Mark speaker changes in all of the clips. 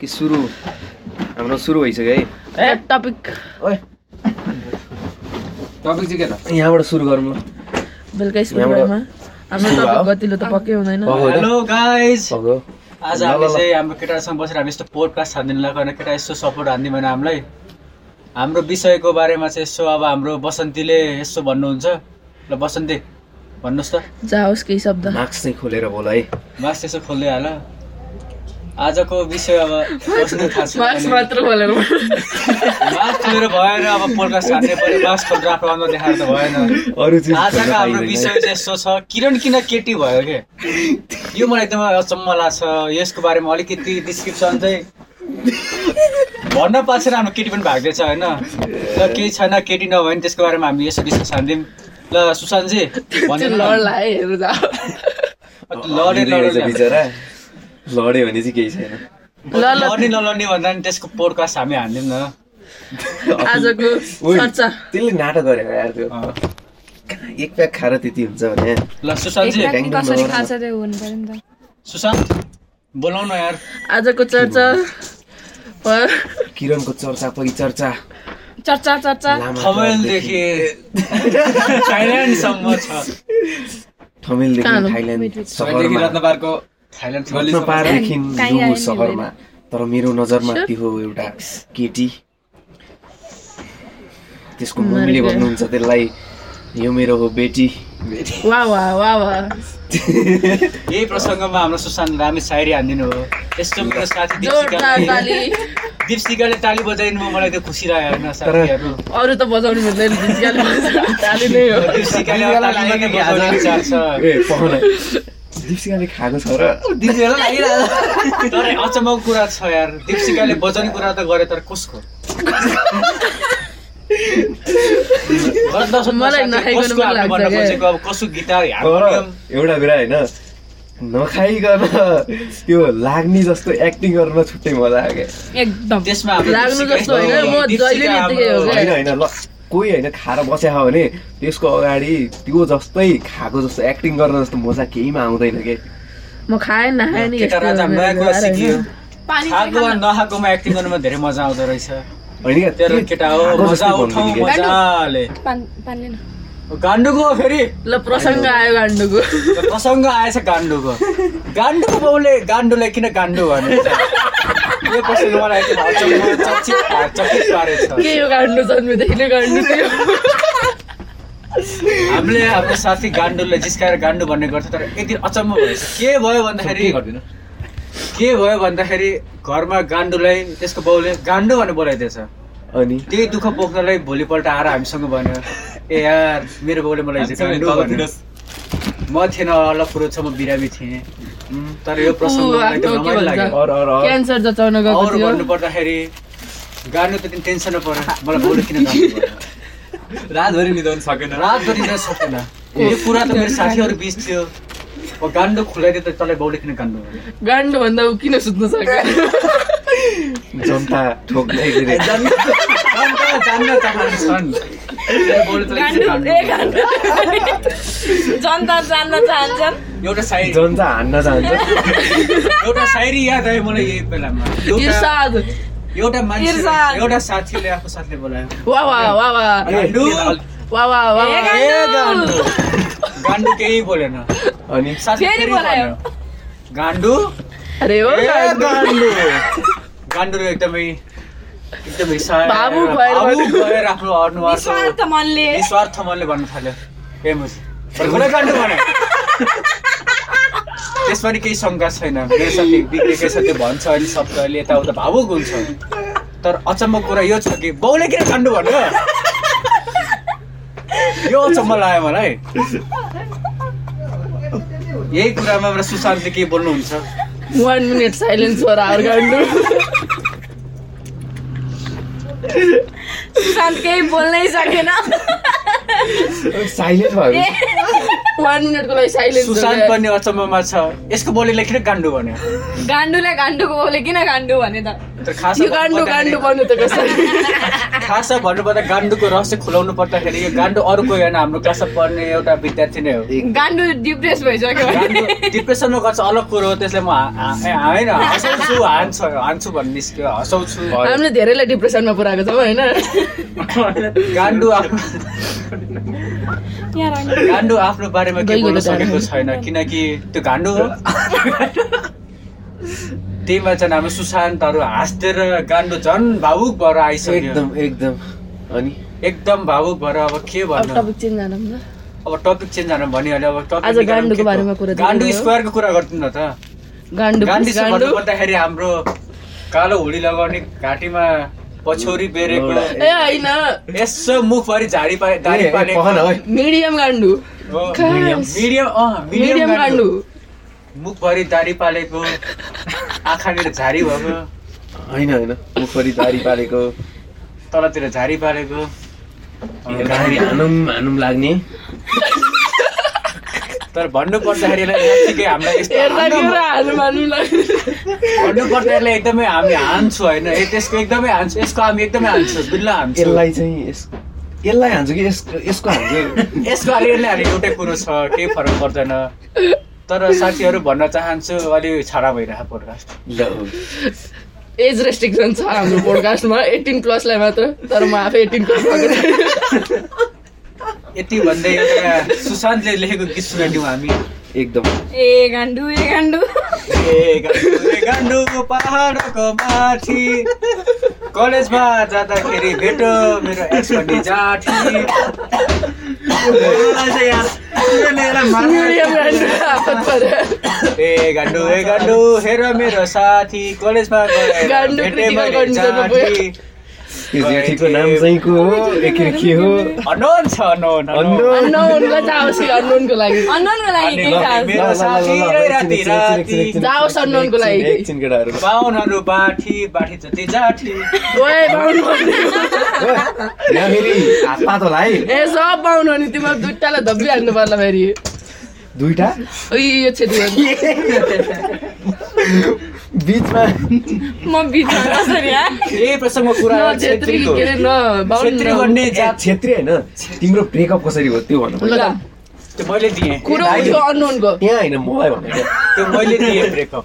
Speaker 1: कि सुरु हाम्रो सुरु भइसक्यो है
Speaker 2: ए टपिक
Speaker 1: ओए
Speaker 3: टपिक चाहिँ के त
Speaker 1: यहाँबाट सुरु गरौँ ल
Speaker 2: बेलुका
Speaker 1: यहाँबाट
Speaker 2: स्कुलमा
Speaker 1: सुरु
Speaker 2: हाम्रो
Speaker 1: भयो।
Speaker 2: टपिक गतिलो त पक्कै हुँदैन
Speaker 1: पक्कै हुँदैन।
Speaker 4: हेलो गाइज
Speaker 1: भएको
Speaker 4: आज
Speaker 1: ल, ल,
Speaker 4: हामीले
Speaker 1: ल।
Speaker 4: चाहिँ हाम्रो केटाहरूसँग बसेर हामी यस्तो पोडकास्ट हानिदिनु लगाएर केटा यस्तो सपोर्ट हानिदिनु भएन हामीलाई हाम्रो विषयको बारेमा चाहिँ यसो अब हाम्रो बसन्तीले यसो भन्नुहुन्छ ल बसन्ती भन्नुहोस् त
Speaker 2: जाओस् केही शब्द
Speaker 1: मार्क्स चाहिँ खोलेर बोल है
Speaker 4: मार्क्स त्यसो खोल्दै हाल आजको विषय अब बस्नु थाहा छैन
Speaker 2: मार्क्स मात्र बोलेर
Speaker 4: मार्क्स मेरो भएन अब पोडकास्ट हान्ने पऱ्यो मार्क्स ड्राफ्ट अनुहार देखाएर त भएन
Speaker 1: अरू चिज
Speaker 4: आजको
Speaker 1: खोल्न
Speaker 4: हाम्रो
Speaker 1: पाइँदैन।
Speaker 4: विषय चाहिँ यस्तो छ किरण किन केटी भयो के यो मलाई एकदमै अचम्म लाग्छ यसको बारेमा अलिकति डिस्क्रिप्सन चाहिँ भन्न पासेर हाम्रो केटी पनि भाग्दैछ होइन ल केही छैन केटी नभए पनि त्यसको बारेमा हामी यसो डिस्कस हान्दियौँ ल सुशान्तजी भन्नु न।
Speaker 2: लड्ला है हेर जाओ
Speaker 4: लड्यो,
Speaker 1: लड्दै रहेछ
Speaker 4: लड्यो।
Speaker 1: बिचरा लड्यो भने चाहिँ केही छैन
Speaker 2: ल ल
Speaker 4: लड्ने नलड्ने भन्दा पनि त्यसको पोडकास्ट हामी हान्दियौँ न
Speaker 2: आजको
Speaker 1: ओइ,
Speaker 2: चर्चा
Speaker 1: त्यसले नाटक गरे यार त्यो
Speaker 4: अँ।
Speaker 1: एक प्याक खाएर त्यति हुन्छ भने
Speaker 4: ल सुशान्तजी
Speaker 1: एकरात-
Speaker 5: एक्ज्याक्टली कसरी खान्छ त्यो हुनु पऱ्यो नि त
Speaker 4: सुशान्त बोलाउन यार
Speaker 2: आजको चर्चा भयो।
Speaker 1: किरणको चर्चा परिचर्चा
Speaker 5: चर्चा चर्चा
Speaker 1: लामा
Speaker 4: थमेलदेखि थाइल्यान्डसम्म छ
Speaker 1: ठमेलदेखि
Speaker 2: कहाँ?
Speaker 5: वेट,
Speaker 1: थाइल्यान्ड
Speaker 5: वेट।
Speaker 3: तपाईँदेखि
Speaker 1: सहरमा
Speaker 3: रत्नपारको
Speaker 4: थाइल्यान्ड
Speaker 1: रत्नपारदेखि
Speaker 5: कहाँ- कहाँ
Speaker 1: लुबु
Speaker 5: आयो नि
Speaker 1: सहरमा तर मेरो नजरमा त्यो एउटा केटी त्यसको मम्मीले
Speaker 2: मरेको।
Speaker 1: भन्नुहुन्छ त्यसलाई यो मेरो हो बेटी
Speaker 2: वा वा वा वा
Speaker 4: यही प्रसङ्गमा हाम्रो सुशान्त लामी सायरी हानिदिनु हो यस्तो मेरो साथी
Speaker 2: जोरदार
Speaker 4: दीपशिकाले
Speaker 2: ताली
Speaker 4: दीपशिकाले ताली बजाइदिनु भयो, मलाई त्यो खुसी लाग्यो होइन साथीहरू
Speaker 2: अरू त बजाउनु मिल्दैन ढिस्काले बजाउनु ताली नै हो
Speaker 4: दीपशिकाले अब ताली पनि बजाउने विचार छ
Speaker 1: ए पहना दिप्सिकाले खाएको छ र
Speaker 4: तर अचम्मको कुरा छ यार दीपशिकाले बजाउने कुरा त गरे तर कसको गर्दा सुन्दा
Speaker 2: मलाई
Speaker 4: साथी,
Speaker 2: नखाइकन
Speaker 4: कसको
Speaker 2: मन लाग्छ
Speaker 4: हामीले भन्न
Speaker 2: के।
Speaker 4: खोजेको अब कसको गिटार
Speaker 1: तर
Speaker 4: हार्मोनियम
Speaker 1: एउटा कुरा होइन नखाइकन त्यो लाग्ने जस्तो एक्टिङ गर्न छुट्टै मजा आयो क्या
Speaker 5: एकदम
Speaker 4: त्यसमा हाम्रो
Speaker 2: लाग्नु
Speaker 4: दीपशिका-
Speaker 2: जस्तो होइन, म
Speaker 4: दीपशिका
Speaker 2: जहिले नै
Speaker 4: हाम्रो-
Speaker 2: त्यही हो क्या।
Speaker 1: होइन होइन ल कोही होइन खाएर बस्या हो भने त्यसको अगाडि त्यो जस्तै खाएको जस्तो एक्टिङ गर्न जस्तो मजा केहीमा आउँदैन के
Speaker 2: म खाएँ नखाएँ नि
Speaker 4: केटा
Speaker 2: यस्तो
Speaker 4: राजा
Speaker 2: भनेर
Speaker 4: नयाँ कुरा
Speaker 2: गएर
Speaker 4: सिकियो
Speaker 2: होइन।
Speaker 5: पानी चाहिँ
Speaker 4: खाएको वा
Speaker 5: खान-
Speaker 4: नखाएकोमा एक्टिङ गर्नुमा धेरै मजा आउँदो रहेछ
Speaker 1: होइन क्या
Speaker 4: तेरो केटा हो
Speaker 1: खाएको
Speaker 4: मजा
Speaker 1: जस्तै
Speaker 4: उठाउ
Speaker 1: बनाउने क्या।
Speaker 4: मजाले
Speaker 5: पान- पानी लिन।
Speaker 4: गान्डुको हो फेरि
Speaker 2: ल प्रसङ्ग आयो गाण्डुको
Speaker 4: प्रसङ्ग आएछ गान्डुको गान्डुको बाउले गान्डुलाई किन गान्डु भने यो प्रसङ्ग मलाई एकदम अचम्म, चकित चकित पारेछ
Speaker 2: के यो गाण्डु जन्मेदेखि नै गाण्डु थियो
Speaker 4: हामीले हाम्रो साथी गान्डुलाई जिस्काएर गान्डु भन्ने गर्छ तर यति अचम्म भएछ के भयो भन्दाखेरि के भयो भन्दाखेरि घरमा गान्डुलाई त्यसको बाउले गान्डु भनेर बोलाइदिएछ
Speaker 1: अनि
Speaker 4: त्यही दुःख बोक्नलाई भोलिपल्ट आएर हामीसँग भन्यो ए यार मेरो बाउले मलाई हिजो गान्डु भन्यो म थिएन अलग कुरो छ म बिरामी थिएँ उम्, तर यो प्रसङ्ग
Speaker 2: ऊ,
Speaker 4: मलाई
Speaker 2: आफ्नो
Speaker 4: एकदम
Speaker 2: के भन्छ?
Speaker 4: रमाइलो लाग्यो
Speaker 1: अर अर अर
Speaker 2: क्यान्सर जचाउन गएको
Speaker 4: अरू
Speaker 2: थियो
Speaker 4: भन्नु पर्दाखेरि गान्डु त दिन टेन्सन नपर्यो मलाई भोलि किन गान्डु भन्यो?
Speaker 3: रातभरि निदाउनु सकेन
Speaker 4: रातभरि त सकेन यो कुरा त मेरो साथीहरू बिच थियो अब गान्डु खुलाइदियो त तँलाई बाउले किन गान्डु भन्यो?
Speaker 2: गाण्डु भन्दा ऊ किन सुत्न सक्यो
Speaker 1: जनता ठोक्दै फेरि।
Speaker 4: गान्डु जान्न चाहन्छन् मेरो बाउले तँलाई किन गान्डु
Speaker 5: गान्डु, ए
Speaker 4: भन्यो?
Speaker 5: गान्डु। जनता जान्न चाहन्छन्
Speaker 4: एउटा सायरी
Speaker 1: जनता हान्न चाहन्छ
Speaker 4: एउटा सायरी याद आयो मलाई यही बेलामा एउटा
Speaker 2: इर्साद
Speaker 4: एउटा मान्छे
Speaker 5: इर्सान।
Speaker 4: एउटा साथीले आफ्नो साथीले बोलायो
Speaker 2: वा वा वा वा
Speaker 4: गान्डु
Speaker 2: वा वा वा
Speaker 5: ए,
Speaker 2: वा।
Speaker 5: गान्डु।
Speaker 4: ए गान्डु गान्डु केही बोलेन
Speaker 1: अनि
Speaker 4: साथीले
Speaker 5: फेरि
Speaker 4: फेरि
Speaker 5: बोलायो।
Speaker 4: बोलायो गान्डु
Speaker 2: अरे हो
Speaker 4: ए
Speaker 2: गाण्डु।
Speaker 4: गान्डु गान्डुले एकदमै एकदमै साह्रै
Speaker 2: भावुक भएर
Speaker 4: भावुक भएर आफ्नो अनुहारको
Speaker 5: निस्वार्थ मनले
Speaker 4: निस्वार्थ मनले भन्न थाल्यो ए मुज भर्खरै गान्डु भने त्यसमा नि केही शङ्का छैन मेरो साथी बिग्रेकै छ त्यो भन्छ अहिले शब्द अहिले यताउता भावुक हुन्छ तर अचम्म कुरा यो छ कि बाउले किन गान्डु भन्यो यो अचम्म लाग्यो मलाई यही कुरामा मेरो सुशान्तले केही बोल्नुहुन्छ
Speaker 2: वान मिनट साइलेन्स फर आवर गाण्डु
Speaker 5: सुशान्त केही बोल्नै सकेन
Speaker 1: साइलेन्ट भयो
Speaker 2: वान मिनटको लागि साइलेन्स
Speaker 4: सुशान्त पनि अचम्ममा छ यसको बोलीले किन गान्डु भन्यो
Speaker 5: गान्डुलाई गान्डुको बाउले किन गान्डु भने त
Speaker 4: तर खास
Speaker 2: यो गान्डु गान्डु बन्नु त कसरी
Speaker 4: खासमा भन्नुपर्दा गान्डुको रहस्य खुलाउनु पर्दाखेरि यो गान्डु अरू कोही होइन हाम्रो क्लासमा पढ्ने एउटा विद्यार्थी नै हो
Speaker 5: गान्डु डिप्रेस भइसक्यो
Speaker 4: गान्डु डिप्रेसनमा गर्छ अलग कुरो हो त्यसलाई म हा- हा- ए, होइन हँसाउँछु हान्छु हान्छु भन्ने निस्क्यो हँसाउँछु
Speaker 2: हामीले धेरैलाई डिप्रेसनमा पुऱ्याएको छौँ होइन
Speaker 4: गान्डु आफ्नो
Speaker 5: यहाँ राख्नु।
Speaker 4: गान्डु आफ्नो बारेमा केही बोल्न सकेको छैन किनकि त्यो गान्डु हो त्यही भएर चाहिँ हाम्रो सुशान्तहरू हाँस्दै र गान्डु झन् भावुक भएर आइसक्यो
Speaker 1: एकदम एकदम अनि
Speaker 4: एकदम भावुक भएर अब के
Speaker 2: अब
Speaker 4: भन्नु
Speaker 2: टपिक चेन्ज जानु ल
Speaker 4: अब टपिक चेन्ज गर्न भनिहाल्यो अब
Speaker 2: आज
Speaker 4: टपिक
Speaker 2: गान्डुको बारेमा कुरा
Speaker 4: गान्डु
Speaker 2: गरिरह्यो।
Speaker 4: स्क्वायरको कुरा गर्दिन त
Speaker 2: गान्डु
Speaker 4: गान्धी
Speaker 2: plus गान्डु
Speaker 4: भन्नुपर्दाखेरि हाम्रो कालो हुडी लगाउने घाँटीमा पछौरी बेरेको
Speaker 1: एउटा-
Speaker 2: ए होइन
Speaker 4: यसो मुखभरि झाडी पाए दारी
Speaker 1: ए, ए,
Speaker 4: पालेको
Speaker 1: पखन है
Speaker 2: मिडियम गान्डु
Speaker 4: हो,
Speaker 2: खास।
Speaker 4: मिडियम अँ,
Speaker 2: मिडियम
Speaker 4: मिडियम
Speaker 2: गान्डु
Speaker 4: गान्डु मुखभरि दारी पालेको आँखानिर झारी भएको
Speaker 1: होइन होइन मुखरी दारी पालेको
Speaker 4: तलतिर झारी पालेको
Speaker 1: हेर्दाखेरि हानुम हानुम लाग्ने
Speaker 4: तर भन्नु पर्दाखेरि यसलाई नाच्चिकै हामीलाई यस्तो
Speaker 2: हेर्दा
Speaker 4: आनन्द-
Speaker 2: कुरा हाल्नु मान्नु लाग्यो।
Speaker 4: भन्नु पर्दा यसलाई एकदमै हामी हान्छु होइन ए, त्यसको एकदमै हान्छु यसको हामी एकदमै हान्छु बिल्ला हान्छु
Speaker 1: यसलाई चाहिँ यस यसलाई हान्छु कि यसको यसको हान्छु
Speaker 4: यसको अलि यसले हामी एउटै कुरो छ केही फरक पर्दैन तर साथीहरू भन्न चाहन्छु अलि छाडा भइरहेको पोडकास्ट
Speaker 1: ल
Speaker 2: एज रेस्ट्रिक्सन छ हाम्रो पोडकास्टमा एटिन प्लसलाई मात्र तर म आफै एटिन प्लस
Speaker 4: यति भन्दै एउटा सुशान्तले लेखेको गीत सुनाइदिउँ हामी
Speaker 1: एकदम
Speaker 5: ए गान्डु ए गान्डु
Speaker 4: ए गान्डु, ए गान्डु पहाडको माथि कलेजमा जाँदाखेरि भेटो मेरो एक्स भन्ने जाठी मलाई चाहिँ यहाँ सुनेर माया
Speaker 2: मिडियम गान्डु आफत पऱ्यो
Speaker 4: ए गान्डु ए गान्डु हेर मेरो साथी कलेजमा गएर
Speaker 2: गान्डु
Speaker 4: भेटेँ
Speaker 2: critical
Speaker 4: मैले
Speaker 2: condition मा
Speaker 4: जाँठी।
Speaker 1: यो जेठीको नाम चाहिँ को हो एक के हो
Speaker 4: अनोन छ अनोन
Speaker 1: अनोन।
Speaker 2: अननोनलाई जाओस् कि अननोनको लागि
Speaker 5: अननको लागि
Speaker 4: अनि
Speaker 5: केही खास
Speaker 4: मेरो
Speaker 1: ल, ल, ल, ल,
Speaker 4: साथी
Speaker 1: ल, ल,
Speaker 4: रै
Speaker 1: एकछिन,
Speaker 4: राति
Speaker 1: एकछिन,
Speaker 4: राति।
Speaker 1: एकछिन, एकछिन,
Speaker 2: जाओ
Speaker 1: एकछिन,
Speaker 2: सन्मानको लागि।
Speaker 1: एकछिन, एकछिन केटाहरू
Speaker 4: बाहुनहरू बाठी बाठी जति जाठी
Speaker 2: ओए पाउनु पर्ने।
Speaker 1: ओए, यहाँ फेरि हात पात होला है
Speaker 2: ए सब पाउनु नि तिम्रो दुट्टालाई धब्बिहाल्नु पर्ला फेरि
Speaker 1: दुइटा
Speaker 2: ओइ यो क्षति
Speaker 1: बिचमा
Speaker 5: म बिचमा कसरी हाँ?
Speaker 4: ए प्रसङ्गमा कुरा
Speaker 2: न
Speaker 4: आयो
Speaker 2: छेत्री
Speaker 4: छेत्रीको।
Speaker 2: के अरे न बाहुन
Speaker 4: छेत्री
Speaker 2: न-
Speaker 4: भन्ने
Speaker 1: ए,
Speaker 4: जात
Speaker 1: छेत्री होइन तिम्रो ब्रेकअप कसरी हो त्यो भन्नु
Speaker 2: ल,
Speaker 4: त्यो मैले दिएँ
Speaker 2: कुरो उठ्यो अननोनको
Speaker 1: त्यहाँ होइन मलाई भनेर
Speaker 4: त्यो मैले दिएँ ब्रेकअप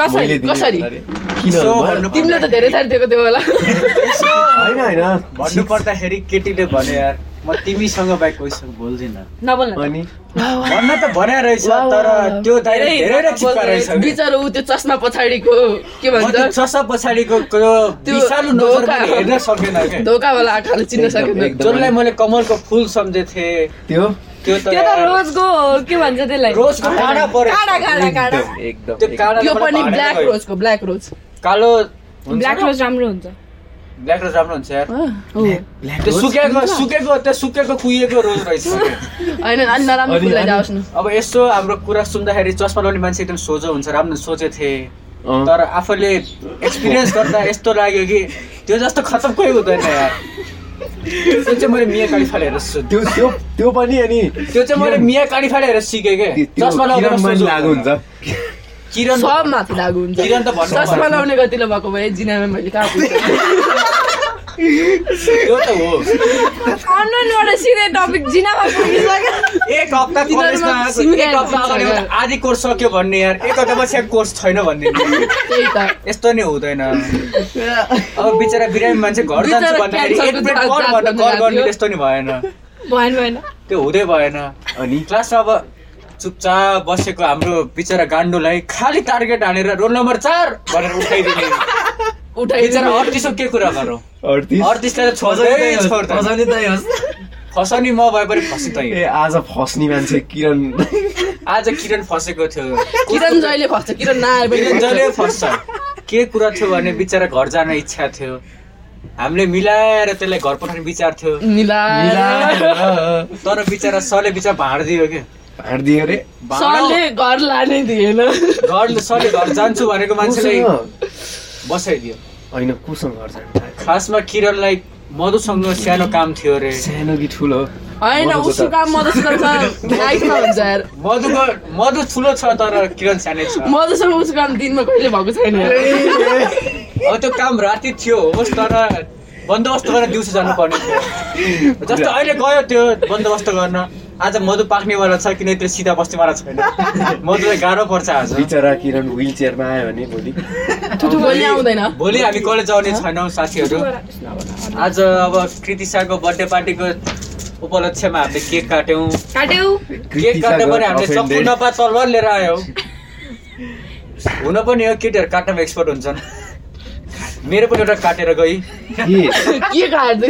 Speaker 2: कसरी
Speaker 1: मैले दिएँ
Speaker 2: कसरी
Speaker 1: भन्नाले। किन
Speaker 4: सो
Speaker 1: भन्नु?
Speaker 4: भन्नु-
Speaker 2: तिमीले त धेरै थाहा दिएको थियो होला
Speaker 1: होइन
Speaker 4: भन्नु
Speaker 1: होइन
Speaker 4: पर्दाखेरि केटीले भने यार म तिमीसँग बाहेक कोहीसँग बोल्दिनँ
Speaker 5: नबोल्न
Speaker 1: अनि
Speaker 4: भन्न त भने रहेछ
Speaker 2: वाह,
Speaker 4: तर
Speaker 2: वाह, वाह।
Speaker 4: त्यो दाइले धेरै नै चिप्का रहेछ नि।
Speaker 2: बिचरा ऊ त्यो चस्मा पछाडिको के
Speaker 4: म
Speaker 2: भन्छ
Speaker 4: त्यो चसा पछाडिको त्यो
Speaker 2: त्यो
Speaker 4: विषालु नजर
Speaker 2: धोका।
Speaker 4: मैले हेर्न सकेन के
Speaker 2: धोकावाला आँखाले चिन्न
Speaker 1: एकदम,
Speaker 2: सकेन
Speaker 1: एकदम।
Speaker 4: जसलाई मैले कमलको फुल सम्झेको थिएँ
Speaker 1: त्यो
Speaker 4: त्यो त
Speaker 5: त्यो त
Speaker 4: यार-
Speaker 5: रोजको के भन्छ त्यसलाई
Speaker 4: रोजको काँडा पऱ्यो
Speaker 5: काँडा काँडा काँडा
Speaker 1: एकदम एकदम
Speaker 4: त्यो
Speaker 1: एकदम।
Speaker 4: काँडा
Speaker 2: यो पनि
Speaker 4: मलाई
Speaker 2: ब्ल्याक
Speaker 4: भाँडेको
Speaker 2: रोजको ब्ल्याक रोज
Speaker 4: कालो
Speaker 5: ब्ल्याक रोज राम्रो हुन्छ
Speaker 4: ब्ल्याक रोज राम्रो हुन्छ यार
Speaker 1: ब्ल्याक
Speaker 4: त्यो
Speaker 1: रोज?
Speaker 4: सुकेको सुकेको त्यो सुकेको कुहिएको रोज रहेछ
Speaker 2: होइन अनि नराम्रो
Speaker 1: अनि-
Speaker 2: फुललाई
Speaker 1: अनि-
Speaker 2: जाओस् न
Speaker 4: अब यस्तो हाम्रो कुरा सुन्दाखेरि चस्मा लाउने मान्छे एकदम सोझो हुन्छ राम्रो सोचे थिए
Speaker 1: अँ।
Speaker 4: तर आफूले एक्सपिरियन्स गर्दा यस्तो लाग्यो कि त्यो जस्तो खतम कोही हुँदैन यार त्यो चाहिँ मैले मिया कालीफाले हेरेर सोधेँ
Speaker 1: त्यो त्यो त्यो पनि अनि
Speaker 4: त्यो चाहिँ मैले मिया कालीफाले हेरेर सिकेँ के
Speaker 1: त्यो- त्यो
Speaker 4: चस्मा लगाएर
Speaker 1: किरण मन
Speaker 4: सोझो
Speaker 1: लागु हुन्छ
Speaker 4: हुँदैन। किरण
Speaker 2: सब माथि लागु हुन्छ
Speaker 4: किरण त भन्नु
Speaker 2: चस्मा
Speaker 4: पर्यो।
Speaker 2: लाउने गतिलो भएको भए जिनामा मैले कहाँ पुग्छु
Speaker 4: त्यो त हो
Speaker 5: अनलाइनबाट सिधै टपिक जिनामा पुगिसक्यो
Speaker 4: एक हप्ता
Speaker 2: तिनीहरूमा
Speaker 4: कलेजमा आएको,
Speaker 2: सिमिलर
Speaker 4: एक हप्ता अगाडि
Speaker 2: हुन्छ।
Speaker 4: भन्दा आधी कोर्स सक्यो भन्ने यार एक हप्ता पछि कोर्स छैन भन्ने
Speaker 2: त्यही त
Speaker 4: यस्तो नै हुँदैन अब बिचरा बिरामी मान्छे घर जान्छ
Speaker 2: बिचरा
Speaker 4: भन्दाखेरि
Speaker 2: क्यान्सरको
Speaker 4: एक मिनट
Speaker 2: जात
Speaker 4: गर भन्दा
Speaker 2: जात
Speaker 4: गर गर्ने
Speaker 2: जात
Speaker 4: त्यस्तो नि भएन
Speaker 5: भएन भएन
Speaker 4: त्यो हुँदै भएन
Speaker 1: अनि
Speaker 4: क्लास अब चुपचाप बसेको हाम्रो बिचरा गान्डुलाई खालि टार्गेट हानेर रोल नम्बर चार भनेर उठाइदिने बिचरा
Speaker 2: उठाइदिनु
Speaker 4: अर्थीसो के कुरा गरौँ
Speaker 1: अड्तिस
Speaker 4: अर्थीसलाई त छोड्दै छोड्दैन फसनी म भए पनि फसी त
Speaker 1: ए आज फस्ने मान्छे किरण
Speaker 4: आज किरण फसेको थियो
Speaker 2: किरण जहिले फस्छ किरण नआए पनि
Speaker 4: किरण
Speaker 2: फस्छ।
Speaker 4: जसले फस्छ के कुरा थियो भने बिचरा घर जान इच्छा थियो हामीले मिलाएर त्यसलाई घर पठाउने विचार थियो
Speaker 2: मिलाएर
Speaker 1: मिलाएर
Speaker 4: तर बिचरा सरले बिचरा भाँडिदियो कि
Speaker 1: भाँडिदियो रे
Speaker 2: सरले घर लानै दिएन
Speaker 4: घरले सरले घर जान्छु भनेको मान्छेलाई
Speaker 1: कोसँग?
Speaker 4: बसाइदियो
Speaker 1: होइन कोसँग गर्छ
Speaker 4: खासमा किरणलाई मधुसँग सानो काम थियो अरे
Speaker 1: सानो कि ठुलो
Speaker 2: होइन
Speaker 1: मधु
Speaker 2: उसको
Speaker 1: त-
Speaker 2: काम मधुस गर्छ नाइटमा हुन्छ यार
Speaker 4: मधुको मधु ठुलो छ तर किरण सानै छ
Speaker 2: मधुसँग उसको काम दिनमा कहिले भएको छैन
Speaker 4: अब अब त्यो काम राति थियो होस् तर बन्दोबस्त गरेर दिउँसो जानुपर्ने थियो जस्तो अहिले गयो त्यो बन्दोबस्त गर्न आज मधु पाक्नेवाला छ किन त्यो सिधा बस्नेवाला छैन मधुलाई गाह्रो पर्छ आज
Speaker 1: बिचरा किरण व्हिल चेयरमा आयो भने भोलि
Speaker 2: भोलि आउँदैन
Speaker 4: भोलि हामी कलेज आउने छैनौँ साथीहरू आज अब कृति शाहको बर्थडे पार्टीको उपलक्ष्यमा हामीले केक काट्यौँ
Speaker 5: काट्यौ
Speaker 4: केक काट्दा पनि हामीले चक्कु नपा तलवार लिएर आयौँ हुन पनि हो केटीहरू काट्नमा एक्सपर्ट हुन्छन् मेरो पनि एउटा काटेर गई
Speaker 1: के?
Speaker 2: के काट्दै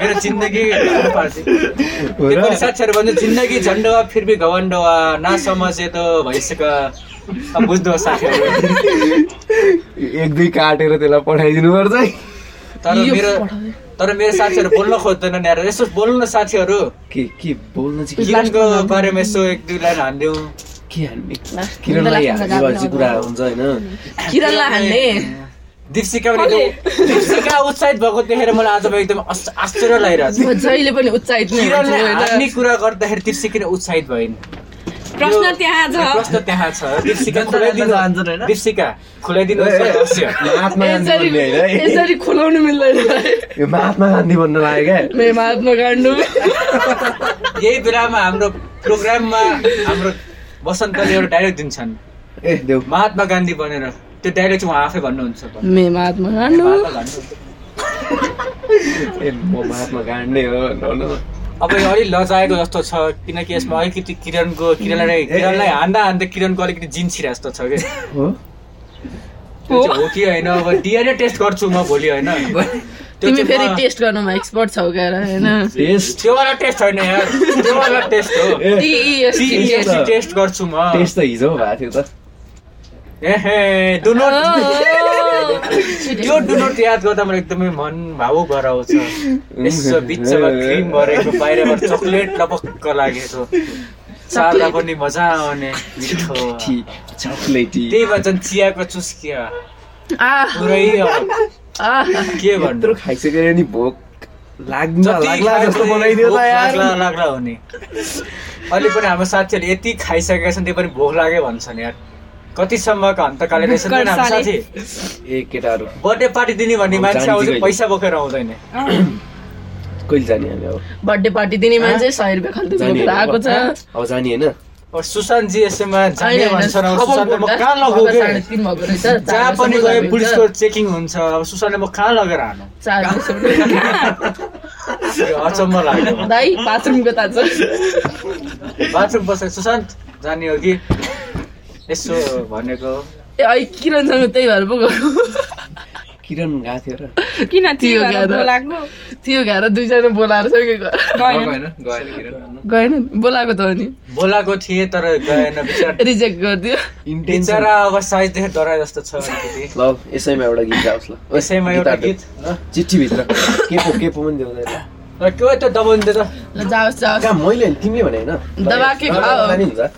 Speaker 4: मेरो जिन्दगी गाह्रो पार्छ।
Speaker 1: हो
Speaker 4: त्यो पनि
Speaker 1: र?
Speaker 4: साक्षर भन्छ जिन्दगी झन्डवा फिर भी घवन्डवा ना समझे त भइसक्यो अब बुझ्नुहोस् साथीहरू
Speaker 1: एक दुई काटेर त्यसलाई पठाइदिनुपर्छ है
Speaker 4: तर
Speaker 2: यो
Speaker 4: मेरो
Speaker 2: पढायो।
Speaker 4: तर मेरो साथीहरू बोल्न खोज्दैनन् यार यसो बोल्नु न साथीहरू
Speaker 1: के के बोल्न चाहिँ के-
Speaker 4: किरणको बारेमा यसो एक दुई लाइन हानिदिउँ
Speaker 1: के हान्ने किरणलाई हाल्ने भएपछि कुरा हुन्छ होइन
Speaker 2: किरणलाई हान्ने
Speaker 4: दीपशिका पनि एकदम- दीपशिका उत्साहित भएको देखेर मलाई आज म एकदम आश्च- आश्चर्य लागिरहेको
Speaker 2: म जहिले पनि उत्साहित
Speaker 4: छ
Speaker 2: नै हुन्छु
Speaker 4: किरणले हान्ने
Speaker 2: होइन।
Speaker 4: कुरा गर्दाखेरि दीपशिका नै उत्साहित भइन्
Speaker 5: प्रश्न त्यहाँ छ
Speaker 4: प्रश्न त्यहाँ छ दीपशिका खुलाइदिनु दीपशिका खुलाइदिनु
Speaker 1: महात्मा गान्धी
Speaker 2: यसरी
Speaker 1: भन्ने होइन है
Speaker 2: यसरी खुलाउनु मिल्दैन
Speaker 1: यो महात्मा गान्धी भन्न लाग्यो क्या
Speaker 2: मेरो महात्मा काट्नु
Speaker 4: यही बेलामा हाम्रो प्रोग्राममा हाम्रो वसन्तले एउटा डाइरेक्ट दिन्छन्
Speaker 1: ए देऊ
Speaker 4: महात्मा गान्धी बनेर त्यो डाइरेक्ट उहाँ आफै भन्नुहुन्छ
Speaker 2: मे महात्मा काट्नु
Speaker 4: महात्मा गान्धी।
Speaker 1: ए म महात्मा गान्धी हो न, न।
Speaker 4: अब यो अलिक लजाएको जस्तो छ किनकि यसमा अलिकति किरणको
Speaker 1: ए,
Speaker 4: किरणलाई
Speaker 1: ए,
Speaker 4: किरणलाई हान्दा हान्दा किरणको अलिकति जिन्सिरहेको जस्तो छ कि
Speaker 1: हो
Speaker 4: त्यो चाहिँ हो कि होइन अब डिएनए टेस्ट गर्छु म भोलि होइन त्यो
Speaker 2: तिमी
Speaker 4: चाहिँ
Speaker 2: फेरि
Speaker 4: म-
Speaker 2: टेस्ट गर्नुमा एक्सपर्ट छौ गएर होइन
Speaker 1: टेस्ट
Speaker 4: त्यो वाला टेस्ट होइन यार त्यो वाला टेस्ट हो
Speaker 1: ए
Speaker 2: TEST,
Speaker 1: TEST।
Speaker 4: TEST टेस्ट गर्छु म
Speaker 1: टेस्ट त हिजो भएको थियो त
Speaker 4: एहे do not-
Speaker 2: Oh, ओ,
Speaker 4: त्यो डु नोट याद गर्दा मलाई एकदमै मन भावुक भएर आउँछ
Speaker 1: Mm.
Speaker 4: यसो बिचमा क्रिम भरेको बाहिरबाट चक्लेट लपक्क लागेको चाल्दा पनि मजा आउने मिठो
Speaker 1: ठी- चक्लेटी
Speaker 4: त्यही भन्छन् चियाको चुस्किया
Speaker 2: आह,
Speaker 4: पुरै अब
Speaker 2: आह।
Speaker 4: के भन्नु
Speaker 1: यत्रो खाइसकेर नि भोक लाग्न
Speaker 4: जति
Speaker 1: लाग्ला जस्तो
Speaker 4: खाए पनि
Speaker 1: बनाइदियो त
Speaker 4: भोक
Speaker 1: यार
Speaker 4: लाग्ला लाग्ला हुने अहिले पनि हाम्रो साथीहरूले यति खाइसकेका छन् त्यो पनि भोक लाग्यो भन्छन् यार कतिसम्मको हन्तकाले रहेछन् नि हाम्रो साथी
Speaker 1: ए केटाहरू
Speaker 4: बर्थडे पार्टी दिने भन्ने
Speaker 1: अब
Speaker 4: मान्छे
Speaker 1: जाने
Speaker 4: आउँछ
Speaker 1: कहिले?
Speaker 4: पैसा बोकेर आउँदैन
Speaker 1: कहिले जाने हामी अब
Speaker 2: बर्थडे पार्टी दिने मान्छे सय रुपियाँ खरिद
Speaker 1: जाने
Speaker 2: बोकेर आएको छ
Speaker 1: होइन? अब जाने होइन
Speaker 4: अब सुशान्तजी यसैमा जाने
Speaker 2: होइन, होइन,
Speaker 4: भन्छन् अब
Speaker 2: खबर
Speaker 4: सुशान्तलाई म
Speaker 2: बोक्दा
Speaker 4: कहाँ लगौ
Speaker 2: खबर
Speaker 4: के?
Speaker 2: साढे तिन भएको रहेछ,
Speaker 4: जहाँ
Speaker 2: चारसम्म
Speaker 4: पनि गए
Speaker 2: लगेको
Speaker 4: पुलिसको
Speaker 2: छ,
Speaker 4: चेकिङ हुन्छ अब सुशान्तले म कहाँ लगेर हानु
Speaker 2: चार बजीसम्म।
Speaker 4: यो अचम्म लाग्यो
Speaker 2: दाइ बाथरुमको ताज
Speaker 4: बाथरुम बसेर सुशान्त जाने हो कि यसो भनेको
Speaker 2: ए ऐ किरणसँग त्यही भएर पो गयो
Speaker 1: किरण गएको थियो र
Speaker 5: किन
Speaker 2: त्यो
Speaker 5: त्यो भएर
Speaker 2: क्या त?
Speaker 5: बोलाएको
Speaker 2: त्यो खाएर दुईजना बोलाएर सँगै गयो
Speaker 5: गएन।
Speaker 2: गएन नि, बोलाएको त हो नि
Speaker 4: बोलाएको थिएँ तर गएन बिचरा
Speaker 2: रिजेक्ट गरिदियो
Speaker 1: इन्टेन्सन
Speaker 4: बिचरा अब साइज देखेर डराए जस्तो छ अलिकति
Speaker 1: ल यसैमा एउटा गीत गाओस् ल
Speaker 4: यसैमा एउटा गीत ल।
Speaker 1: चिठीभित्र के पो के पो पनि देउँदैन
Speaker 4: र के हो त्यो दबाउने त
Speaker 2: ल जाओस् जाओस्
Speaker 1: कहाँ मैले नि, तिमीले भने होइन
Speaker 2: दबाके
Speaker 1: ल, ल,
Speaker 2: खाऊ।
Speaker 1: ल, नि हुन्छ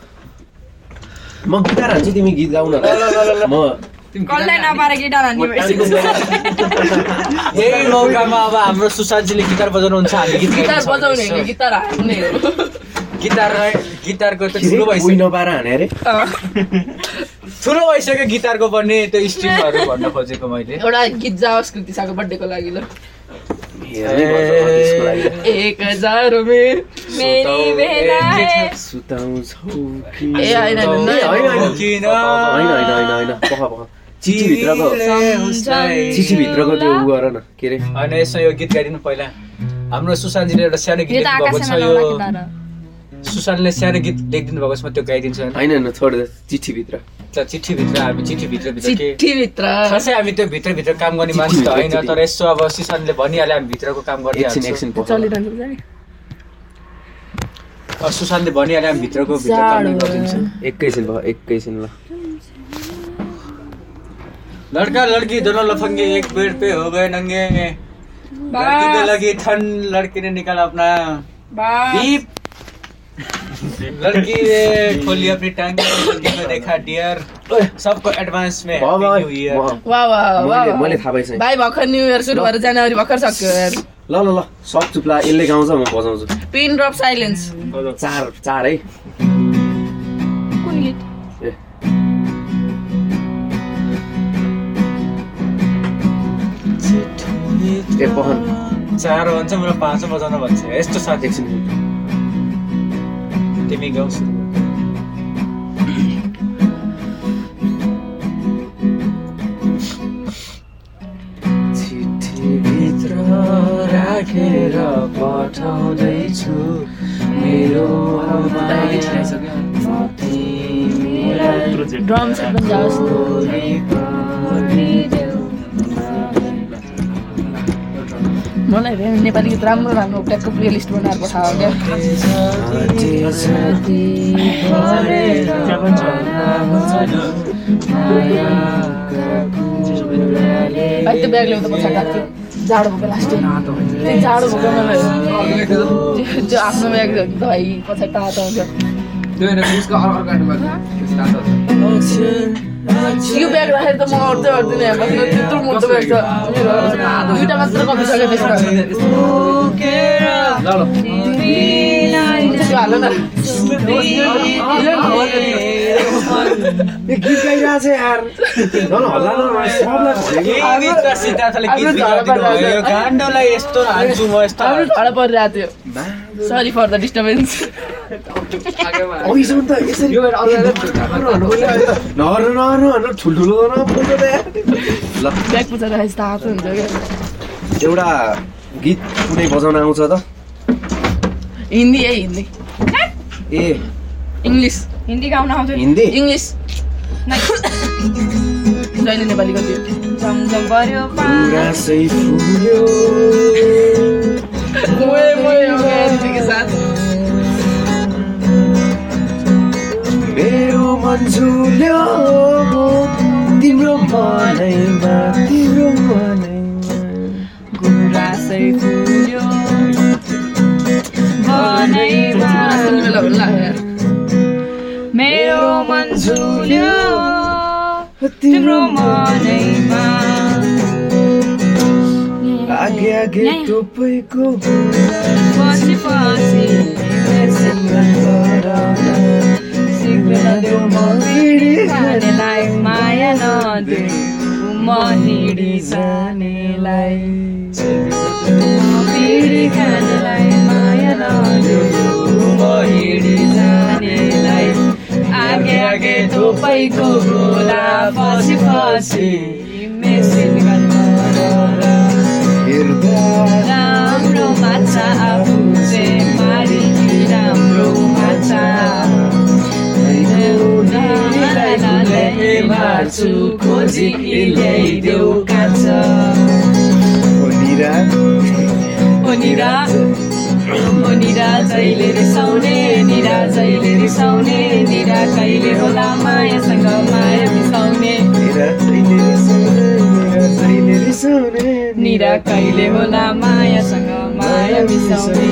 Speaker 1: म गिटार हान्छु तिमी गीत गाउन
Speaker 4: ल, ल, ल, ल।
Speaker 1: म
Speaker 5: कसलाई नपाएर गिटार हान्ने भइसक्यो।
Speaker 4: यही मौकामा अब हाम्रो सुशान्तजीले गिटार बजाउनुहुन्छ हामी गीत
Speaker 2: गिटार
Speaker 4: गाउँछौँ
Speaker 2: बजाउने
Speaker 4: यसो।
Speaker 2: होइन, गिटार हान्ने हो
Speaker 4: गिटार गिटारको त
Speaker 1: के
Speaker 4: सुरु
Speaker 1: रे, कोही
Speaker 4: भइसक्यो
Speaker 1: नपाएर हाने अरे
Speaker 2: अँ,
Speaker 4: ठुलो भइसक्यो गिटारको पनि त्यो स्ट्रिमहरू भन्न खोजेको मैले
Speaker 2: एउटा गीत जाओस् कृतिसाको बर्थडेको लागि ल
Speaker 1: हेर्नै पर्छ म त्यसको लागि।
Speaker 2: एक हजार मेरो
Speaker 5: मेरी
Speaker 4: सुताउ-
Speaker 5: बेला
Speaker 4: ए, के
Speaker 5: है।
Speaker 4: छ?
Speaker 1: सुताउँछौ कि
Speaker 2: ए होइन होइन,
Speaker 4: सुताउ-
Speaker 2: होइन,
Speaker 1: होइन,
Speaker 2: होइन।
Speaker 4: किन?
Speaker 1: होइन होइन होइन होइन पख पख चिठीभित्रको
Speaker 4: तिमीले उसलाई-
Speaker 1: चिठीभित्रको त्यो उ गर न के अरे
Speaker 4: होइन यसो यो गीत गाइदिनु पहिला हाम्रो सुशान्तजीले एउटा सानो गीत
Speaker 5: यो त
Speaker 4: लेख्नु भएको छ
Speaker 5: आकाशमा
Speaker 4: यो
Speaker 5: नौला गिटार हो।
Speaker 4: सुशान्तले सानो गीत लेखिदिनु भएको छ म त्यो गाइदिन्छु होइन?
Speaker 1: होइन होइन छोड चिठीभित्र
Speaker 4: त चिठीभित्र हामी चिठीभित्र भित्र के
Speaker 2: चिठीभित्र
Speaker 4: खासै हामी त्यो भित्रभित्र काम गर्ने
Speaker 1: चिठी
Speaker 4: मान्छे त होइन
Speaker 1: भित्र,
Speaker 4: तर यसो अब सिसनले भनिहाल्यो हामी भित्रको काम
Speaker 1: एकछिन
Speaker 4: गरिहाल्छौँ
Speaker 1: एकछिन पख
Speaker 2: चलिरहन्छ नि।
Speaker 4: अब सुशान्तले भनिहाल्यो हामी भित्रको भित्र काम
Speaker 2: जाडो।
Speaker 4: गरिदिन्छौँ
Speaker 1: एकैछिन भयो एकैछिन ल
Speaker 4: लड्का लड्की दोनों लफंगे एक पेड़ पे हो गए नंगे लड़की को
Speaker 5: बस,
Speaker 4: लगी ठन लड़की ने निकाला अपना
Speaker 5: बस।
Speaker 4: दीप लड़की ने खोली अपनी टांगे लड़की को देखा डियर सबको एडवांस में
Speaker 1: भयो
Speaker 4: happy new
Speaker 1: भयो
Speaker 4: year।
Speaker 1: भयो।
Speaker 2: वाह वाह वाह
Speaker 1: मैले
Speaker 2: वाह।
Speaker 1: मैले थाहा पाइसकेँ
Speaker 2: भाइ भर्खर न्यु इयर सुरु भएर जनवरी भर्खर सक्यो यार
Speaker 1: ल ल ल सब चुप्ला यसले गाउँछ म बजाउँछु
Speaker 2: पिन ड्रप साइलेन्स
Speaker 1: चार चार है
Speaker 5: कुन गीत?
Speaker 1: ए ए पहन
Speaker 4: चार भन्छ मलाई पाँच बजाउन भन्छ यस्तो साथी
Speaker 1: एकछिन
Speaker 4: तिमी गाउँ सुरु गर्नु।
Speaker 1: चिठीभित्र राखेर पठाउँदैछु मेरो
Speaker 2: ड्रम सेट पनि जाओस् मलाई फेरि नेपाली गीत राम्रो राम्रो ट्याक्क प्लेलिस्ट बनाएर पठायो क्या है त्यो ब्याग ल्याउँदा पछाडि राख्थ्यो जाडो भएको लास्ट त्यो जाडो भएको मलाई त्यो- त्यो आफ्नो ब्याग धुवाई पछाडि तातो हुन्छ यो ब्याग राखेर त म अर्थै अर्थदिनँ यहाँ बस्नु त्यत्रो मोटो ब्याग छ मेरो दुइटा मात्र कपी छ क्या त्यसमा त्यो हाल न
Speaker 1: ए गीत गाइरहेको छ यार ल ल हल्ला नगर्नु, सबलाई भनेको।
Speaker 4: केही त सिद्धार्थले गीत
Speaker 2: आफ्नो
Speaker 4: बिगारिदिनु
Speaker 2: धर्मलाई
Speaker 4: भयो। यो गाण्डोलाई यस्तो हान्छु म यस्तो
Speaker 2: हाम्रो
Speaker 4: हान्छु।
Speaker 2: झडा परिरहेको थियो सरी फर द डिस्टर्बेन्स
Speaker 1: अघिसम्म त यसरी नहर्नु नहर्नु भनेर ठुल्ठुलो नपुग्नु त यार ल
Speaker 2: ब्याग पुचाउँदाखेरि तातो हुन्छ क्या
Speaker 1: एउटा गीत कुनै बजाउन आउँछ त
Speaker 2: हिन्दी है हिन्दी
Speaker 1: ए
Speaker 2: इङ्ग्लिस
Speaker 5: हिन्दी गाउन आउँदैन
Speaker 1: हिन्दी
Speaker 2: इङ्ग्लिस जहिले नेपालीको थियो
Speaker 5: झमझम पर्यो पानी।
Speaker 1: गुराँसै फुल्यो
Speaker 2: मोए मोए मोए के साथ
Speaker 1: मेरो मन झुल्यो तिम्रो मनैमा तिम्रो मनैमा
Speaker 5: गुराँसै फुल्यो बनैमा।
Speaker 2: सुन्नु बेला होला यार
Speaker 5: मेरो मन झुल्यो तिम्रो मनैमा
Speaker 1: आगे आगे तपाईँको
Speaker 5: पछि पछि सिक्दैन देऊ म बिडी खानेलाई माया नदे म हिँडी जानेलाई म बिडी खानेलाई माया नदे म हिँडी जानेलाई आगे आगे तपाईँको गोला पछि पछि मेसिन गन्ध
Speaker 1: हेर्दा
Speaker 5: राम्रो माछा आफू चाहिँ मारी राम्रो माछा नालाले मार्छु खोजी ल्याइदेऊ काँचा
Speaker 1: ओनिरा
Speaker 5: ओनिरा ओनिरा जहिले रिसाउने निरा जहिले रिसाउने निरा कहिले होला मायासँग माया बिसाउने
Speaker 1: निरा जहिले रिसाउने निरा जहिले रिसाउने
Speaker 5: निरा कहिले होला मायासँग माया मिसाउने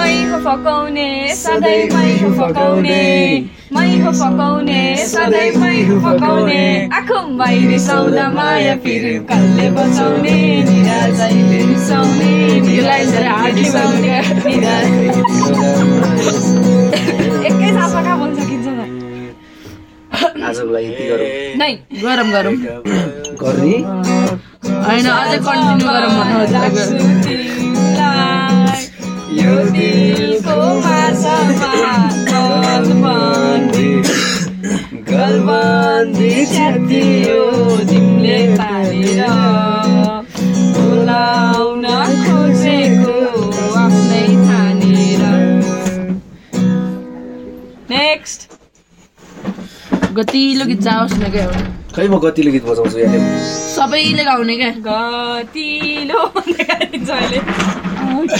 Speaker 5: मैको फकाउने सधैँ मैको फकाउने मैको फकाउने सधैँ मैको फकाउने आँखो बाहिर सौदा माया फेरि कल्ले बचाउने निरा जहिले रिसाउने निरा जहिले रिसाउने निरा एकै साथमा कहाँ बोल्न सकिन्छ त
Speaker 1: आजको लागि यति गरौँ
Speaker 5: नै
Speaker 2: गरम गरम
Speaker 1: गर्ने
Speaker 2: होइन अझै कन्टिन्यू गरम भन्नु खोजेको।
Speaker 5: तिमीलाई यो दिलको माछामा गलबन्दी गलबन्दी च्यातियो तिमीले पारेर बोलाउन खोजेको आफ्नै ठानेर नेक्स्ट
Speaker 2: गतिलो गीत जाओस् न क्या एउटा।
Speaker 1: खै म गतिलो गीत बजाउँछु यहाँ
Speaker 2: सबैले गाउने क्या
Speaker 5: गतिलो भन्दै गाइन्छ अहिले
Speaker 1: वान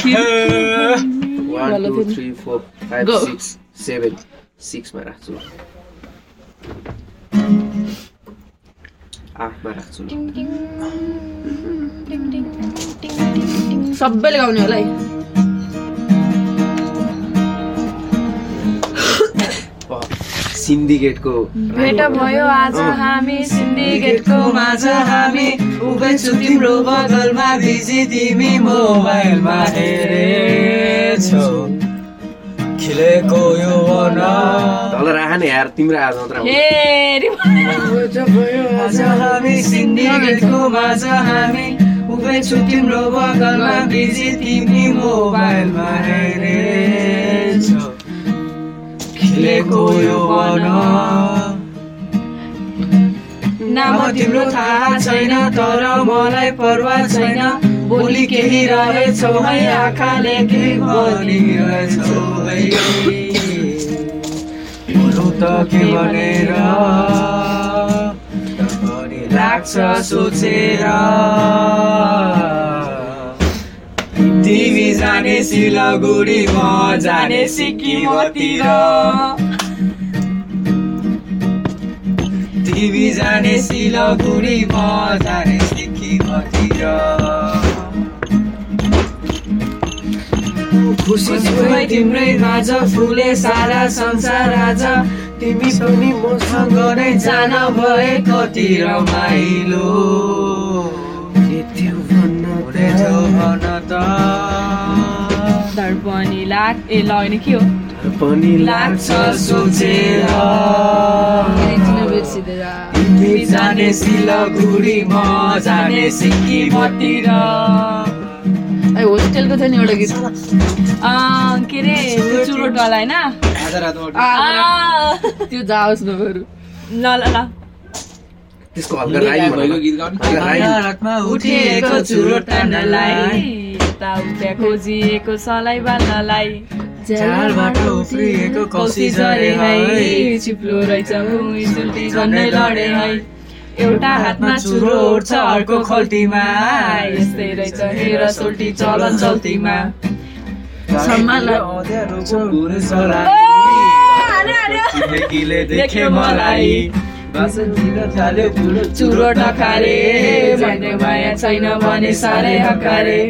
Speaker 2: वाला
Speaker 1: टू
Speaker 2: फेरि।
Speaker 1: थ्री फोर फाइभ
Speaker 2: Go.
Speaker 1: सिक्स सेभेन सिक्समा राख्छु आठमा राख्छु
Speaker 2: सबैले गाउने होला है
Speaker 1: अँ, सिन्डिकेटको
Speaker 5: भेट भयो आज हामी सिन्डिकेटको माझ हामी उभेछु तिम्रो बगलमा बिजी तिमी मोबाइलमा
Speaker 4: हेरेछौ खिलेको यो वनम।
Speaker 1: तल राख नि यार तिम्रो आज मात्र आउँछ।
Speaker 5: हेरी
Speaker 4: आज हामी सिन्डिकेटको माझ हामी उभेछु तिम्रो बगलमा बिजी तिमी मोबाइलमा हेरेछौ खिलेको यो वन नाम तिम्रो थाहा छैन तर मलाई परवाह छैन भोलि केही रहेछौ है आँखाले केही भनिरहेछौ है बोलौ त के भनेर पनि लाग्छ सोचेर तिमी जाने सिलगुडी म जाने सिक्किमतिर तिमी जाने सिलगुडी म जाने सिक्किमतिर खुसी छु है तिम्रै राज फुले सारा संसार राज तिमी पनि मसँग नै जान भए कति रमाइलो के थियो भन्न तेरो भन त
Speaker 5: दर्पणी लाग ए ल होइन के हो
Speaker 4: पनि लाग्छ सोचेर
Speaker 2: किन बिर्सिँदै जा।
Speaker 4: तिमी जाने सिलगुडी म जाने सिक्किमतिर
Speaker 2: ए, होस्टेलको थियो नि एउटा गीत
Speaker 5: अँ, के अरे त्यो चुरोटवाला होइन
Speaker 6: आज रातमा
Speaker 2: Ah,
Speaker 5: अँ,
Speaker 2: त्यो जाओस् न बरु
Speaker 5: ल ल ल
Speaker 1: त्यसको हल्का राइम भन।
Speaker 7: गीत गाउनु
Speaker 1: हल्का राइम।
Speaker 4: रातमा उठेको चुरो टान्नलाई
Speaker 5: मलाई यताउता खोजिएको सलाई बाल्नलाई
Speaker 4: झारबाट उफ्रिएको
Speaker 5: कौसी
Speaker 4: कौसी
Speaker 5: झरे
Speaker 4: झरे
Speaker 5: है
Speaker 4: है।
Speaker 5: चिप्लो रहेछ भुइँ, सुल्टी झन्डै लडे है एउटा हातमा चुरो उठ्छ अर्को खल्टीमा यस्तै रहेछ हेर सोल्टी चलन चल्तीमा
Speaker 2: सम्मान
Speaker 4: किले देखे मलाई भाषण दिन थाल्यो बुढो
Speaker 5: चुरो नखारे भन्ने माया छैन भने साह्रै हकारे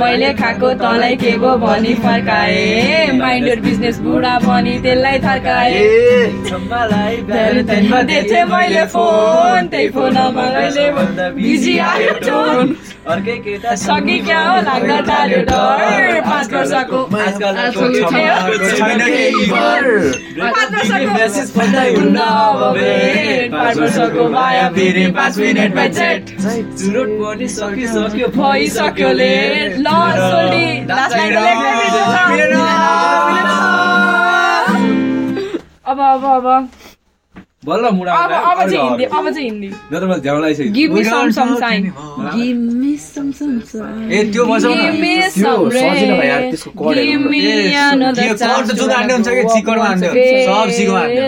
Speaker 5: मैले खाएको तँलाई के भो भनी फर्काए माइन्डर बिजनेस बुढा भनी त्यसलाई थर्काए
Speaker 4: छम्मालाई
Speaker 5: त्यहाँदेखिमा देख्थेँ मैले फोन त्यही फोनमा मैले बिजी आयो टोन
Speaker 4: अर्कै केटा
Speaker 5: सकी क्या हो लाग्न थाल्यो डर पाँच वर्षको
Speaker 4: आजकलको
Speaker 2: आजकलको
Speaker 4: छम्माको छैन केही भर।
Speaker 5: पाँच
Speaker 4: मेसेज
Speaker 5: वर्षको
Speaker 4: भन्दै हुन्न अब भेट।
Speaker 5: पाँच वर्षको माया फेरि पाँच मिनटमा चेट
Speaker 4: चुरोट पनि सकिसक्यो
Speaker 5: भइसक्यो लेट ल सोल्डी लास्टलाई लेख्दै अब अब अब
Speaker 7: बल्ल मुडा
Speaker 5: अब अब चाहिँ हिन्दी अब चाहिँ हिन्दी
Speaker 7: नत्र झ्याउलाई छ
Speaker 5: गिभ मी सम सम साइन
Speaker 6: ए त्यो मसँग
Speaker 5: गिभ मी
Speaker 1: त्यो
Speaker 5: सम
Speaker 1: सजिलो भयो यार, त्यसको कडहरू
Speaker 5: गिभ मी
Speaker 6: ए,
Speaker 5: अनदर
Speaker 6: यो कर्ड जुन हान्ने हुन्छ कि चिकनमा हान्ने हुन्छ। सब चिकनमा हान्ने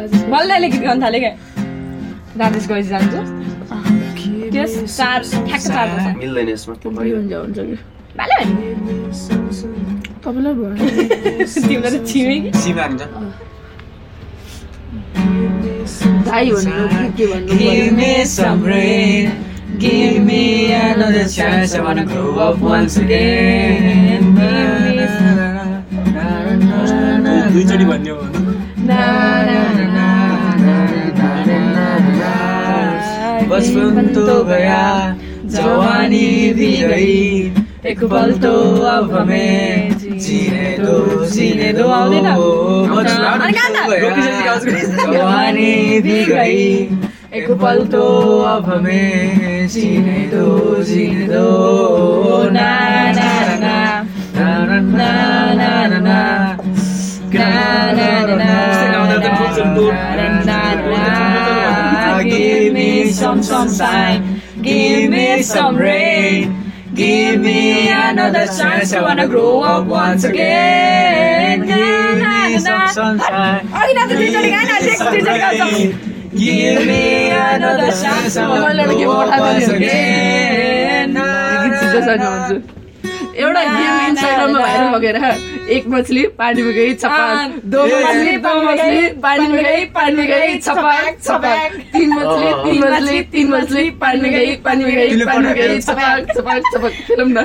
Speaker 6: हुन्छ।
Speaker 5: बल्लले गीत गाउनु थाले क्या राजेश गइस जान्छ त्यस चार ठ्याक्क चार पर्छ
Speaker 1: मिल्दैन यसमा त्यो
Speaker 2: के
Speaker 1: भयो।
Speaker 2: हुन्छ हुन्छ कि
Speaker 5: भाले हो नि
Speaker 2: तपाईँलाई भयो
Speaker 5: तिमीलाई त छिमेकी
Speaker 6: सीमा हुन्छ
Speaker 2: दाई भन्नु के भन्नु
Speaker 4: Give me some rain. Give me another chance. I wanna grow up once again.
Speaker 7: दुईचोटि भन्ने हो
Speaker 4: बचपन तो गया जवानी भी गई एक पल तो अब हमें जीने दो जीने दो
Speaker 5: आउँदैन?
Speaker 4: बचपन
Speaker 5: अनि कहाँ त?
Speaker 4: तो गया जवानी भी गई एक पल तो अब हमें जीने दो जीने दो ना ना ना ना ना ना ना ना ना ना ना ना ना Give me some sunshine, give me some rain, give me another chance. I wanna grow up once again. Give me some sunshine.
Speaker 5: अघि नाच्दा दुईचोटि गाएँ न, नेक्स्ट दुईचोटि गाउँछौँ।
Speaker 4: Give me another chance. I wanna grow up once again.
Speaker 2: गीत सिधै सक्नु हुन्छ। एउटा गेम इन्स्टाग्राममा भाइरल भएर एक मछली पानीमा गई छपाक दो
Speaker 4: ए,
Speaker 2: मछली दो मछली पानीमा गई पानीमा गई छपाक छपाक तिन मछली तिन मछली तिन मछली पानीमा गई पानीमा गई पानीमा गई छपाक छपाक छपाक खेलौँ न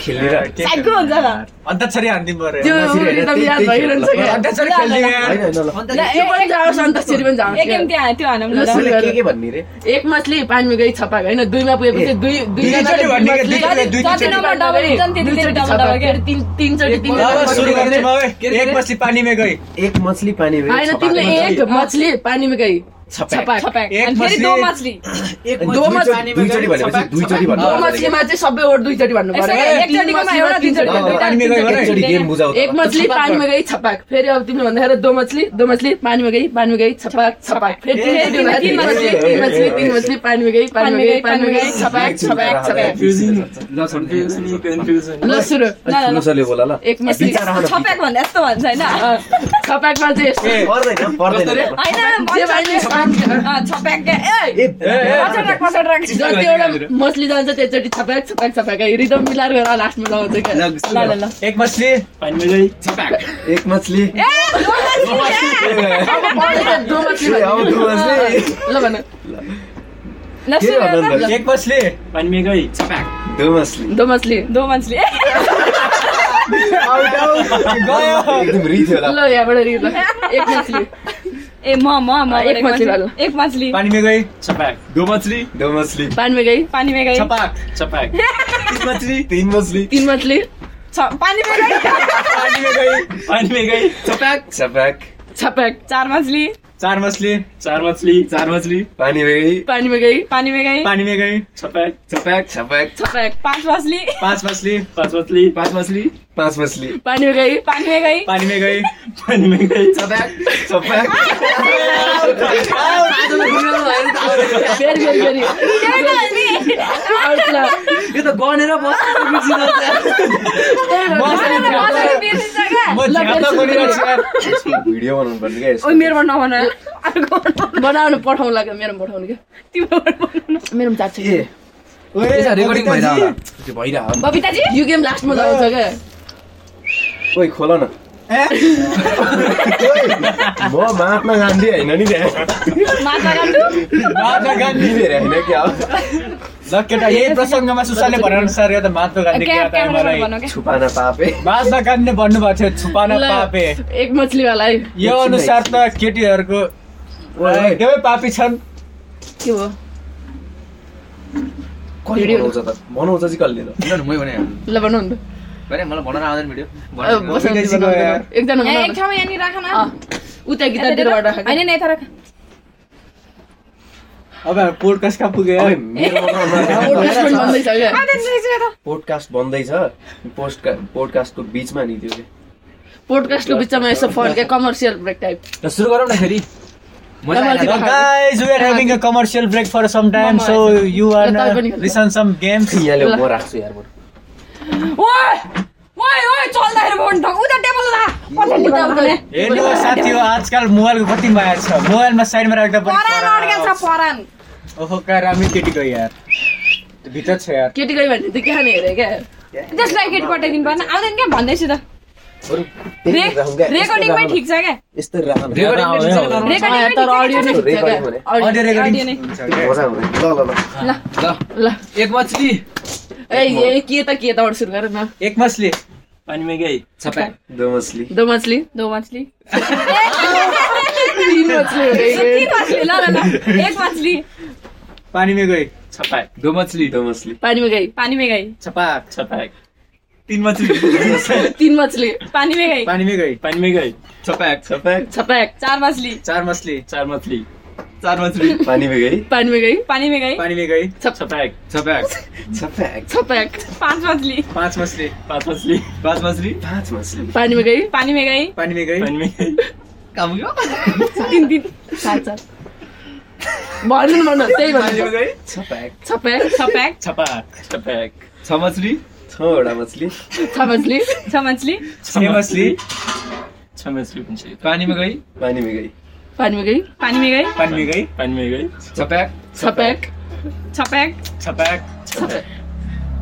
Speaker 1: खेलेर
Speaker 5: साइको हुन्छ ल।
Speaker 6: अन्तक्षरी हानिदिनु पऱ्यो
Speaker 2: त्यो एकदम याद भइरहन्छ क्या
Speaker 6: अन्तक्षरी खेलिदियो यार।
Speaker 1: होइन, होइन, ल।
Speaker 5: ल,
Speaker 2: त्यो
Speaker 5: ए-
Speaker 2: पनि जाओस् अन्त फेरि पनि जाओस्
Speaker 5: एक गेम
Speaker 4: ah,
Speaker 5: त्यहाँ त्यो हानौँ न ल।
Speaker 1: कसैले के के भन्ने रे
Speaker 2: एक मछली पानीमा गई छपाक होइन दुईमा पुगेपछि दुई
Speaker 6: दुईचोटि भन्ने क्या, दुईचोटि,
Speaker 2: दुईजना
Speaker 5: जति नम्बर डबल हुन्छ नि त्यति धेरै डबल डबल के।
Speaker 2: तिनचोटि
Speaker 6: अब सुरु गरिदिनु भयो।
Speaker 4: के-
Speaker 6: एक पछि पानीमै गई
Speaker 1: एक मछली पानी
Speaker 2: होइन तिमीले एक मछली पानीमा गई
Speaker 1: छप्याक
Speaker 2: छपाक छपाक
Speaker 8: एक
Speaker 2: अनि फेरि
Speaker 8: पछि-
Speaker 2: दो मछली
Speaker 1: दुईचोटि-
Speaker 8: पानीमा
Speaker 1: दुईचोटि
Speaker 8: गई,
Speaker 1: भनेपछि
Speaker 8: छपाक,
Speaker 1: दुईचोटि भन्नु
Speaker 2: दो
Speaker 1: पर्यो।
Speaker 2: मछलीमा चाहिँ सबै वर्ड दुईचोटि भन्नु पर्यो
Speaker 5: यसरी एकचोटिको मा एउटा, तिनचोटिको मा
Speaker 1: अँ,
Speaker 5: दुईटा,
Speaker 1: पानीमा गयो भने
Speaker 5: तिनचोटिको
Speaker 1: एकचोटि
Speaker 5: मा
Speaker 1: गेम
Speaker 5: दुईटा।
Speaker 1: बुझाउ त।
Speaker 2: एक मछली पानीमा गई छपाक फेरि अब तिमीले भन्दाखेरि दो मछली दो मछली पानीमा गई पानीमा गई छपाक छपाक फेरि
Speaker 5: ए,
Speaker 2: तिनचोटि
Speaker 5: तिन-
Speaker 2: भन्दाखेरि
Speaker 5: तिन मछली,
Speaker 2: तिन
Speaker 5: तिन
Speaker 2: मछली
Speaker 5: मछली,
Speaker 2: तिन मछली पानीमा गई पानीमा गई पानीमा गई छपाक छपाक छपाक ल सुरु
Speaker 5: ल, ल, ल।
Speaker 1: ठुलो सरले बोला ल
Speaker 2: एक मछली
Speaker 1: बिचारा हो न,
Speaker 5: छप्याक भन्दा यस्तो भन्छ होइन
Speaker 2: अँ, छपाकमा चाहिँ यस्तो
Speaker 1: पर्दैन पर्दैन
Speaker 5: होइन
Speaker 2: जे भए नि छपाक।
Speaker 4: Ah,
Speaker 5: छप्याक
Speaker 4: eh,
Speaker 5: क्या ए
Speaker 1: ए
Speaker 5: पछाडि राख, पछाडि राख।
Speaker 2: जति एउटा मछली जान्छ त्यचोटि छपाक छपाक छपाक रिदम मिलाएर गएर लास्टमा लगाउँछ क्या ल ल ल
Speaker 8: एक मछली
Speaker 1: एक मछली
Speaker 5: ए,
Speaker 4: Eh,
Speaker 5: दो मछली, ए।
Speaker 2: अब पढ्दै दो मछली
Speaker 1: ए, अब दो मछली।
Speaker 2: अँ, ल भन
Speaker 5: ल, सुरु
Speaker 1: भन्नु
Speaker 5: गर्न।
Speaker 1: हुन्छ?
Speaker 8: एक मछली
Speaker 1: दो मछली
Speaker 2: दो मछली
Speaker 5: दो
Speaker 4: eh.
Speaker 5: मान्छेले ए,
Speaker 1: आउट, आउट। एकदम रिस होला
Speaker 2: ल यहाँबाट रिल ल। एक मछली
Speaker 5: ए
Speaker 4: Eh,
Speaker 5: म म म
Speaker 2: अँ, एक मछली
Speaker 5: एक मान्छे
Speaker 2: भन्नु।
Speaker 5: एक मान्छेले
Speaker 8: पानीमा गई
Speaker 1: दो मछली
Speaker 2: पानीमा गई
Speaker 5: पानीमा गए
Speaker 1: तीन मछली
Speaker 2: तिन मछली
Speaker 5: छ- पानीमा गए
Speaker 1: छप्याक
Speaker 2: छपाक
Speaker 5: चार मान्छेले
Speaker 8: चार मछली
Speaker 1: पानी भई
Speaker 2: पानीमा गई
Speaker 5: पानीमा गए
Speaker 8: पानीमा गई
Speaker 1: छप्याक छप्याक
Speaker 2: छपाक
Speaker 5: पाँच मान्छेले
Speaker 8: पाँच मछली पाँच मछली
Speaker 1: पाँच मछली
Speaker 2: पानीमा गई
Speaker 5: पानीमा गए
Speaker 8: पानीमा गई
Speaker 1: छप्याक छप्याक
Speaker 2: फेरि फेरि फेरि अर्को ल।
Speaker 8: यो त गनेर
Speaker 2: ल, फेरि सुरु गरौँ।
Speaker 1: यसको भिडियो बनाउनु पर्ने क्या यसको।
Speaker 5: ओ मेरोमा नभन अर्को
Speaker 2: बनाउनु पठाउनु लाग्यो मेरोमा पठाउनु क्या
Speaker 5: तिम्रो
Speaker 2: मेरोमा चाट छ
Speaker 1: ए यसमा रेकर्डिङ भइरहेको होला। त्यो भइरहेको होला।
Speaker 5: बबिताजी
Speaker 2: यो गेम लास्टमा लगाउँछ क्या
Speaker 1: ओइ खोल न ओइ, म महात्मा गान्धी होइन नि त्यहाँ
Speaker 5: माता गान्धु
Speaker 1: लिनेर होइन क्या हो।
Speaker 4: ल केटा यही प्रसङ्गमा सुशान्तले भनेअनुसार यो त महात्मा गान्धी
Speaker 5: क्या-
Speaker 4: क्या त
Speaker 5: क्यामेराबाट
Speaker 4: मलाई
Speaker 5: भनौँ क्या।
Speaker 1: छुपाना पापे
Speaker 4: महात्मा गान्धीले भन्नुभएको थियो छुपाना
Speaker 2: ल,
Speaker 4: पापे
Speaker 2: एक मछलीवाला है
Speaker 4: यो अनुसार त केटीहरूको
Speaker 1: ओइ,
Speaker 4: एकदमै पापी छन्
Speaker 2: के भयो
Speaker 1: कसले बनाउँछ त बनाउँछ चाहिँ कसले त
Speaker 2: ल भनौँ न त।
Speaker 8: मलाई भन्न आउँदैन भिडियो
Speaker 2: अब बस्नु
Speaker 4: विदेशी
Speaker 2: बनाउनु
Speaker 4: गयो
Speaker 2: त।
Speaker 4: यार।
Speaker 2: एकजना
Speaker 5: ए, एक
Speaker 2: बनाउनु।
Speaker 5: ठाउँमा यहाँनिर राख न
Speaker 2: अँ, उता गिटारतिर
Speaker 5: यतातिर?
Speaker 2: अर्डर खाएको।
Speaker 5: होइन यता राख
Speaker 4: अब पोडकास्ट कहाँ पुग्यो
Speaker 1: ओइ, मेरो
Speaker 2: अब रेस्टुरेन्ट
Speaker 1: मनमा-
Speaker 2: बन्दैछ क्या।
Speaker 1: पोडकास्ट बन्दैछ पोस्टका पोडकास्टको बिचमा नि त्यो के।
Speaker 2: पोडकास्टको बिचमा यसो फोन क्या कमर्सियल ब्रेक टाइप
Speaker 8: ल सुरु गरौँ न फेरि मजा
Speaker 2: ल,
Speaker 8: आएन
Speaker 2: मजा-
Speaker 8: त?
Speaker 4: गाइज वी आर having a commercial break for some time so you are
Speaker 2: ल, तपाईँ पनि खेल्नु।
Speaker 4: listen some games
Speaker 1: यहाँ ल्याऊ, म राख्छु यार बरु।
Speaker 5: ओए ओए ओए चल्दाखेरि फोन ठोक उता टेबल ला पछाडि
Speaker 2: उता-
Speaker 5: टेबल ला।
Speaker 4: हेर्नु साथी हो आजकल मोबाइलको कति माया छ मोबाइलमा साइडमा राख्दा
Speaker 5: परान अड्केको छ
Speaker 4: पनि
Speaker 5: परान
Speaker 4: ओहो कहाँ रामी केटीको यार भित्र छ यार
Speaker 2: केटी गयो भने त क्या हेरे क्या
Speaker 5: त्यसलाई केट पठाइदिनु पर्ने आउँदैन क्या भन्दैछु त
Speaker 1: बरु,
Speaker 5: रे
Speaker 1: त्यही राखौँ क्या,
Speaker 5: रेकर्डिङमै ठिक छ क्या
Speaker 1: यस्तो राखौँ। यस्तो
Speaker 8: रेकर्डिङ चाहिँ गरौँ।
Speaker 5: रेकर्डिङमै
Speaker 2: तर
Speaker 5: ठिक
Speaker 2: अडियो
Speaker 5: छ
Speaker 2: नै
Speaker 5: क्या?
Speaker 2: खिच्छ क्या।
Speaker 1: रेकर्डिङ भने।
Speaker 2: अडियो-
Speaker 4: अडियो
Speaker 5: audio नै।
Speaker 4: रेकर्डिङ हुन्छ
Speaker 1: राखौँ।
Speaker 4: क्या?
Speaker 1: मजा आउने। ल, ल, ल।
Speaker 8: ल
Speaker 2: ल
Speaker 8: एक मछली
Speaker 2: ए ए, के त के त अरू सुरु गरेर न
Speaker 4: एक मछली
Speaker 8: छप्याक
Speaker 1: दो मछली
Speaker 2: दो मछली
Speaker 5: दो मान्छे
Speaker 2: तिन मछली हो रे।
Speaker 5: एक मान्छे ल ल ल एक मान्छे
Speaker 4: पानीमै गई
Speaker 8: दो मछली
Speaker 1: दो मछली
Speaker 2: पानीमा गई
Speaker 5: पानीमै गई
Speaker 4: छपाक
Speaker 8: तिन मछली
Speaker 2: तिन मछली
Speaker 5: पानीमै गई
Speaker 4: पानीमै गई
Speaker 8: छप्याक
Speaker 1: छप्याक
Speaker 2: छपाक
Speaker 5: चार मान्छे
Speaker 4: चार मछली
Speaker 8: चार मछली
Speaker 1: पानी भइगई
Speaker 2: पानीमा गई
Speaker 5: पानीमै गई
Speaker 4: पानीमै गई
Speaker 8: छप्याक
Speaker 1: छप्याक
Speaker 2: छपाक
Speaker 5: पाँच मान्छे
Speaker 4: पाँच मछली
Speaker 8: पाँच मछली
Speaker 1: पाँच मछली
Speaker 2: पानीमा गई
Speaker 5: पानीमै गई
Speaker 4: पानीमै गई
Speaker 8: काम गयो
Speaker 5: तिन तिन
Speaker 2: चार चार भन्नु न भन्नु त्यही भन्नु
Speaker 8: गई
Speaker 1: छप्याक
Speaker 2: छपाक
Speaker 5: छ प्याक
Speaker 8: छ मछली
Speaker 1: छवटा मछली
Speaker 2: छ मछली
Speaker 5: छ मान्छे
Speaker 4: छ मछली
Speaker 8: पानीमा गई
Speaker 1: पानी भइगई
Speaker 2: पानीमा गई
Speaker 5: पानीमै गई
Speaker 4: पानीमै गई
Speaker 8: छप्याक
Speaker 2: छपाक
Speaker 5: छ प्याक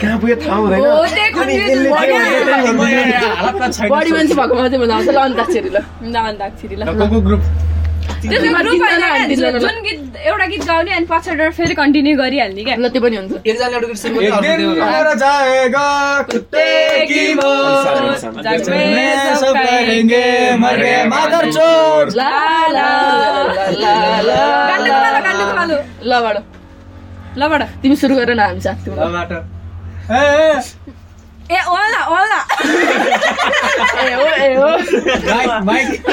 Speaker 1: कहाँ पुग्यो थाहा हुँदैन
Speaker 5: हो त्यही कन्फ्युजन
Speaker 1: अनि
Speaker 5: भयो
Speaker 1: यसले चाहिँ
Speaker 4: म
Speaker 5: क्या?
Speaker 4: यहाँ हालतमा छैन
Speaker 2: बडी मान्छे भएकोमा चाहिँ मजा आउँछ ल अन्ताक्षरी ल
Speaker 5: ल अन्त फेरि ल
Speaker 4: को को ग्रुप
Speaker 2: तिनजना,
Speaker 5: त्यसमा ग्रुप होइन क्या,
Speaker 2: तिनजना,
Speaker 5: जुन गीत एउटा गीत गाउने अनि पछाडि फेरि कन्टिन्यू गरिहाल्ने क्या
Speaker 2: ल त्यो पनि हुन्छ
Speaker 8: एकजनाले एउटा गीत सिङ्ग
Speaker 4: एक दिन मर जाएगा कुत्ते की मौत में सब करेंगे मर गए मादर चोर
Speaker 2: ला ला ला ला ल बाडो
Speaker 5: लबाट
Speaker 2: तिमी सुरु गर न हामी साथ तिम्रो।
Speaker 5: ए ओला ओला
Speaker 2: ए हो ए हो
Speaker 4: माइक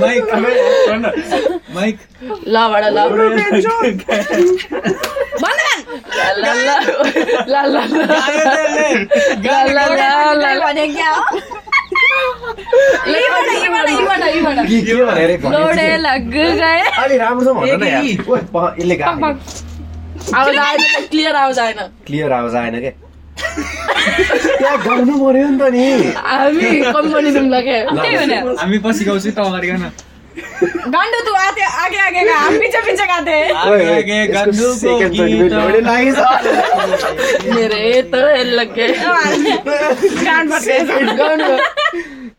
Speaker 4: माइक माइक माइक
Speaker 2: ल बाडो ल ला ला ला ला ला ला ला ला ला ला
Speaker 5: यीबाट, यीबाट, यीबाट, यीबाट।
Speaker 1: के के भनेर
Speaker 5: लोडे
Speaker 1: भनेपछि
Speaker 5: लग गए
Speaker 1: अलि राम्रोसँग भन न यार ओए, प- यसले गाएको
Speaker 2: आवाज आएन क्लियर आवाज आएन
Speaker 1: क्लियर आवाज आएन क्या त्यहाँ गाउनु पर्यो नि त नि
Speaker 2: हामी कम पनि जाउँ ल के
Speaker 5: त्यही हो नि।
Speaker 3: हामी पछि गाउँछु
Speaker 4: तो
Speaker 3: त अगाडि गएन
Speaker 5: गाण्डो तु आते आगे आगे गा हम पीछे पीछे गाते
Speaker 1: ओए, ओए,
Speaker 4: आगे आगे
Speaker 1: यसको
Speaker 4: गन्धुको
Speaker 1: second पनि
Speaker 4: गीत
Speaker 1: डढे लागेछ।
Speaker 2: मेरे त लगे
Speaker 5: गान बटे
Speaker 2: गाउनु भयो।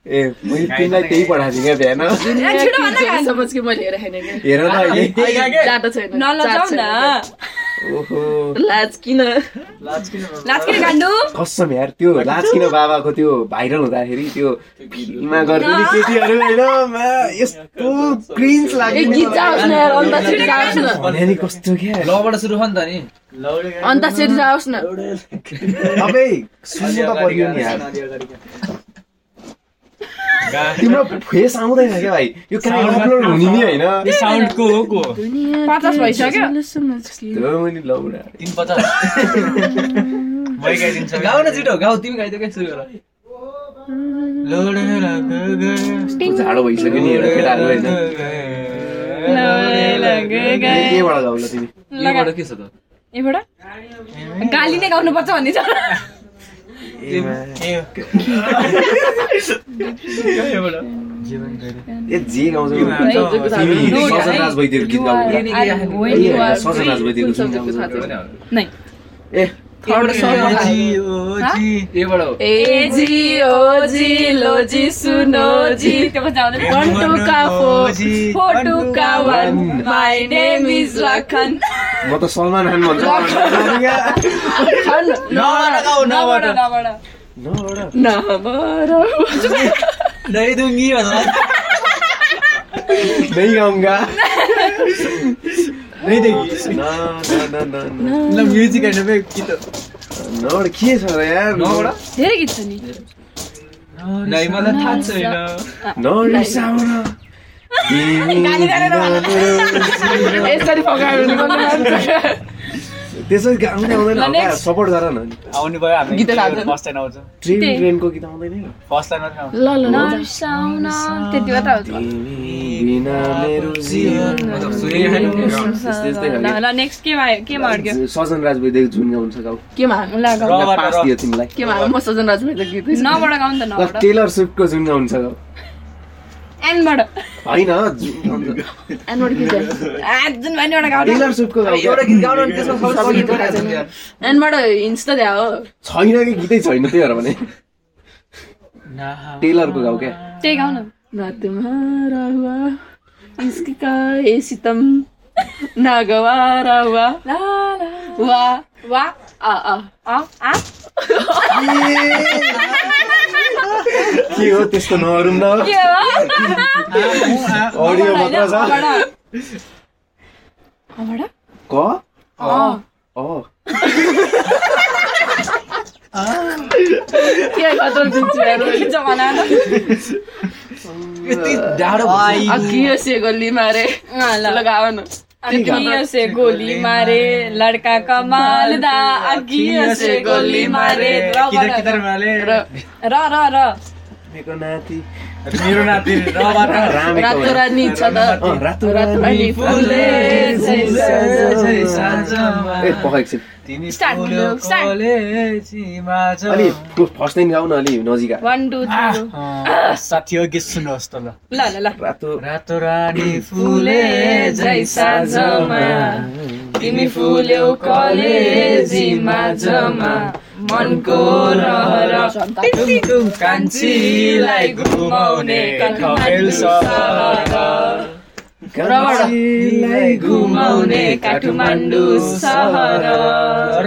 Speaker 1: ए मैले तिमीलाई त्यही पठाएको थिएँ क्या बिहान
Speaker 2: दुनियाँ
Speaker 5: ए, छिटो
Speaker 2: के
Speaker 5: भन
Speaker 2: छ,
Speaker 5: गान।
Speaker 2: समझ कि मैले हेरेको छैन कि
Speaker 1: हेर न अहिले
Speaker 4: आगे, आगे।
Speaker 2: जाँदा छैन
Speaker 5: नलजाउ न
Speaker 2: चार
Speaker 1: त्यही- ओहो
Speaker 2: छैन। लाज किन
Speaker 5: लाचकिने गाण्डु
Speaker 1: कसम यार त्यो लाचकिन बाबाको त्यो भाइरल हुँदाखेरि त्यो मा गरिदिने केटीहरू होइन मा, यस्तो क्रिन्ज
Speaker 2: ए
Speaker 1: लाग्यो नि
Speaker 2: गीत
Speaker 1: मलाई।
Speaker 2: जाओस् न यार अन्ताक्षरी जाओस् न
Speaker 1: भने नि कस्तो क्या
Speaker 3: लबाट सुरु हो नि त नि
Speaker 2: अन्ताक्षरी जाओस् न
Speaker 1: तपाईँ सुन्नु त पर्यो नि यार तिम्रो फेस आउँदैन क्या भाइ यो कहाँ अपलोड हुने नि होइन
Speaker 4: साउन्डको हो को
Speaker 5: पचास भइसक्यो
Speaker 1: त्यो पनि लौडा
Speaker 4: तिन पचास भइगाइदिन्छ
Speaker 3: गाउँ न छिटो गाउँ तिमी गाइदियो क्या सुरु गर
Speaker 4: लोड लग गए,
Speaker 1: झाडो भइसक्यो नि एउटा केटाहरू रहेछ
Speaker 4: लग
Speaker 5: लौरे लग
Speaker 1: ए,
Speaker 5: गए
Speaker 1: केबाट गाउँ ल तिमी
Speaker 5: लगा
Speaker 3: योबाट के छ त
Speaker 5: एबाट गाली नै गाउनुपर्छ भन्ने छ
Speaker 1: Eh,
Speaker 4: गए। ए,
Speaker 1: ए जे गाउँछ
Speaker 4: तिमीहरू
Speaker 1: तिमी
Speaker 4: त-
Speaker 1: सजनाज भइदिएको गीत गाउनु ल। ए, सजनाज भइदिएको सुन्नु आउँछ।
Speaker 5: नै
Speaker 1: ए
Speaker 3: योबाट सुरु
Speaker 4: ओ
Speaker 3: गर।
Speaker 4: जी, ओ जी।
Speaker 3: योबाट हो।
Speaker 2: ए जी ओ जी लो जी सुनो जी
Speaker 5: त्यो कस्तो आउँदैन
Speaker 2: वान टू का
Speaker 4: ओ
Speaker 2: फोर
Speaker 4: जी,
Speaker 5: फोर टू का वान
Speaker 1: one.
Speaker 5: माई नेम इज लखन
Speaker 1: म त सलमान खान भन्छ
Speaker 4: नबाट गाऊ, नबाट।
Speaker 5: नबाट नबाट
Speaker 1: नबाट।
Speaker 2: नमर
Speaker 4: दैदुङ्गी भन्ला।
Speaker 1: नहीं आऊंगा नहीं देगी ना ना ना ना ना
Speaker 4: ल, म्युजिक होइन बे, गीत हो।
Speaker 1: नौड के छ र यार
Speaker 3: नौवटा?
Speaker 5: धेरै गीत छ नि
Speaker 4: नै, मलाई थाहा छैन।
Speaker 1: नौड साउन
Speaker 5: गाली गरेर भन।
Speaker 2: यसरी फकायो भने कसले मान्छ?
Speaker 1: त्यसरी गाउँदै आउँदैन
Speaker 5: ल,
Speaker 1: हल्का
Speaker 5: next.
Speaker 1: सपोर्ट गर न
Speaker 4: आउने भयो हामी
Speaker 2: गीत
Speaker 4: फर्स्ट
Speaker 2: लाग्दैन।
Speaker 4: लाइन आउँछ
Speaker 1: ट्रेन
Speaker 5: त्यही।
Speaker 1: ट्रेनको गीत आउँदैन र।
Speaker 4: फर्स्ट लाइन मात्रै आउँछ
Speaker 2: ल ल ल जाऊ।
Speaker 5: नर्साउन त्यति मात्र हो त।
Speaker 1: तिमी बिना मेरो जीवन
Speaker 3: मतलब सुने होइन?
Speaker 1: यस्तै यस्तै
Speaker 5: ल
Speaker 1: खालको।
Speaker 5: ल नेक्स्ट केमा आयो केमा अड्क्यो
Speaker 1: सजन राजभैदेखि जुन गाउनु छ गाउँ
Speaker 2: के माग्नु
Speaker 5: ल गाउँ।
Speaker 4: रबाट,
Speaker 1: पास
Speaker 4: र।
Speaker 1: दियो तिमीलाई
Speaker 2: के माग्नु म सजन राज भाइको गीत गाउँछु।
Speaker 5: नबाट गाउँ नि
Speaker 1: ल
Speaker 5: त नबाट
Speaker 1: टेलर स्विफ्टको जुन गाउनु छ गाउँ
Speaker 5: एनबाट
Speaker 1: होइन जुन गाउनु छ।
Speaker 2: एनवर गीत गाउँछु।
Speaker 5: आ, जुन भयो नि एउटा गाउँ न।
Speaker 1: टेलर स्विफ्टको गाउँ
Speaker 3: एउटा गीत गाउन अनि त्यसमा सबै
Speaker 1: सबै
Speaker 3: गीत गाइदियो नि यार।
Speaker 2: एनबाट हिन्स त ल्याओ
Speaker 1: छैन कि गीतै छैन त्यही भएर भने
Speaker 4: नाहा।
Speaker 1: टेलरको गाउँ क्या
Speaker 5: त्यही गाउँ न
Speaker 2: ना तुम्हारा हुआ इसका ए सितम ना गवारा हुआ
Speaker 5: ला, ला,
Speaker 2: वा
Speaker 5: वा
Speaker 2: आ आ
Speaker 5: अ आ
Speaker 1: के हो त्यस्तो नहरौँ न
Speaker 5: के हो
Speaker 1: अडियो मात्र छ
Speaker 5: अबाट
Speaker 1: क अ
Speaker 2: के खतरा दिन्छु यार मैले।
Speaker 5: जमाना न।
Speaker 3: यति डाडो भन्छ।
Speaker 2: आ, के हो से गल्लीमा रे
Speaker 5: अँ, ल
Speaker 2: लगाओ न
Speaker 5: अखियों से गोली मारे लड़का कमालदा अखियों से गोली मारे र
Speaker 4: किधर
Speaker 5: बन-
Speaker 4: किधर माले?
Speaker 5: र र र
Speaker 1: मेरो नाति
Speaker 4: मेरो नाति रबाट।
Speaker 1: रामेको
Speaker 2: रातो
Speaker 1: होइन।
Speaker 2: रानी छ त
Speaker 1: अँ, रातो
Speaker 2: रातो रानी
Speaker 1: रानी
Speaker 2: फुले
Speaker 4: झै साँझमा।
Speaker 1: ए पकाएको छु
Speaker 4: तिनी
Speaker 5: Start,
Speaker 4: फुल्यो
Speaker 5: start.
Speaker 4: कोले सीमा छ।
Speaker 1: अलि फर्स्ट टाइम गाउन अलि नजिका
Speaker 5: वान टू
Speaker 4: आह,
Speaker 5: थ्री
Speaker 4: अँ, साथी हो गीत सुन्नुहोस् त ल
Speaker 5: ल ल ल
Speaker 1: रातो
Speaker 4: रातो रानी फुले जैसा जमा
Speaker 5: तिमी फुल्यौ कलेजीमा जमा मनको रहर
Speaker 4: टुङटुङ कान्छीलाई घुमाउने कफेल सहर
Speaker 1: कान्छीलाई
Speaker 2: घुमाउने
Speaker 1: घुमाउने
Speaker 2: काठमाडौँ सहर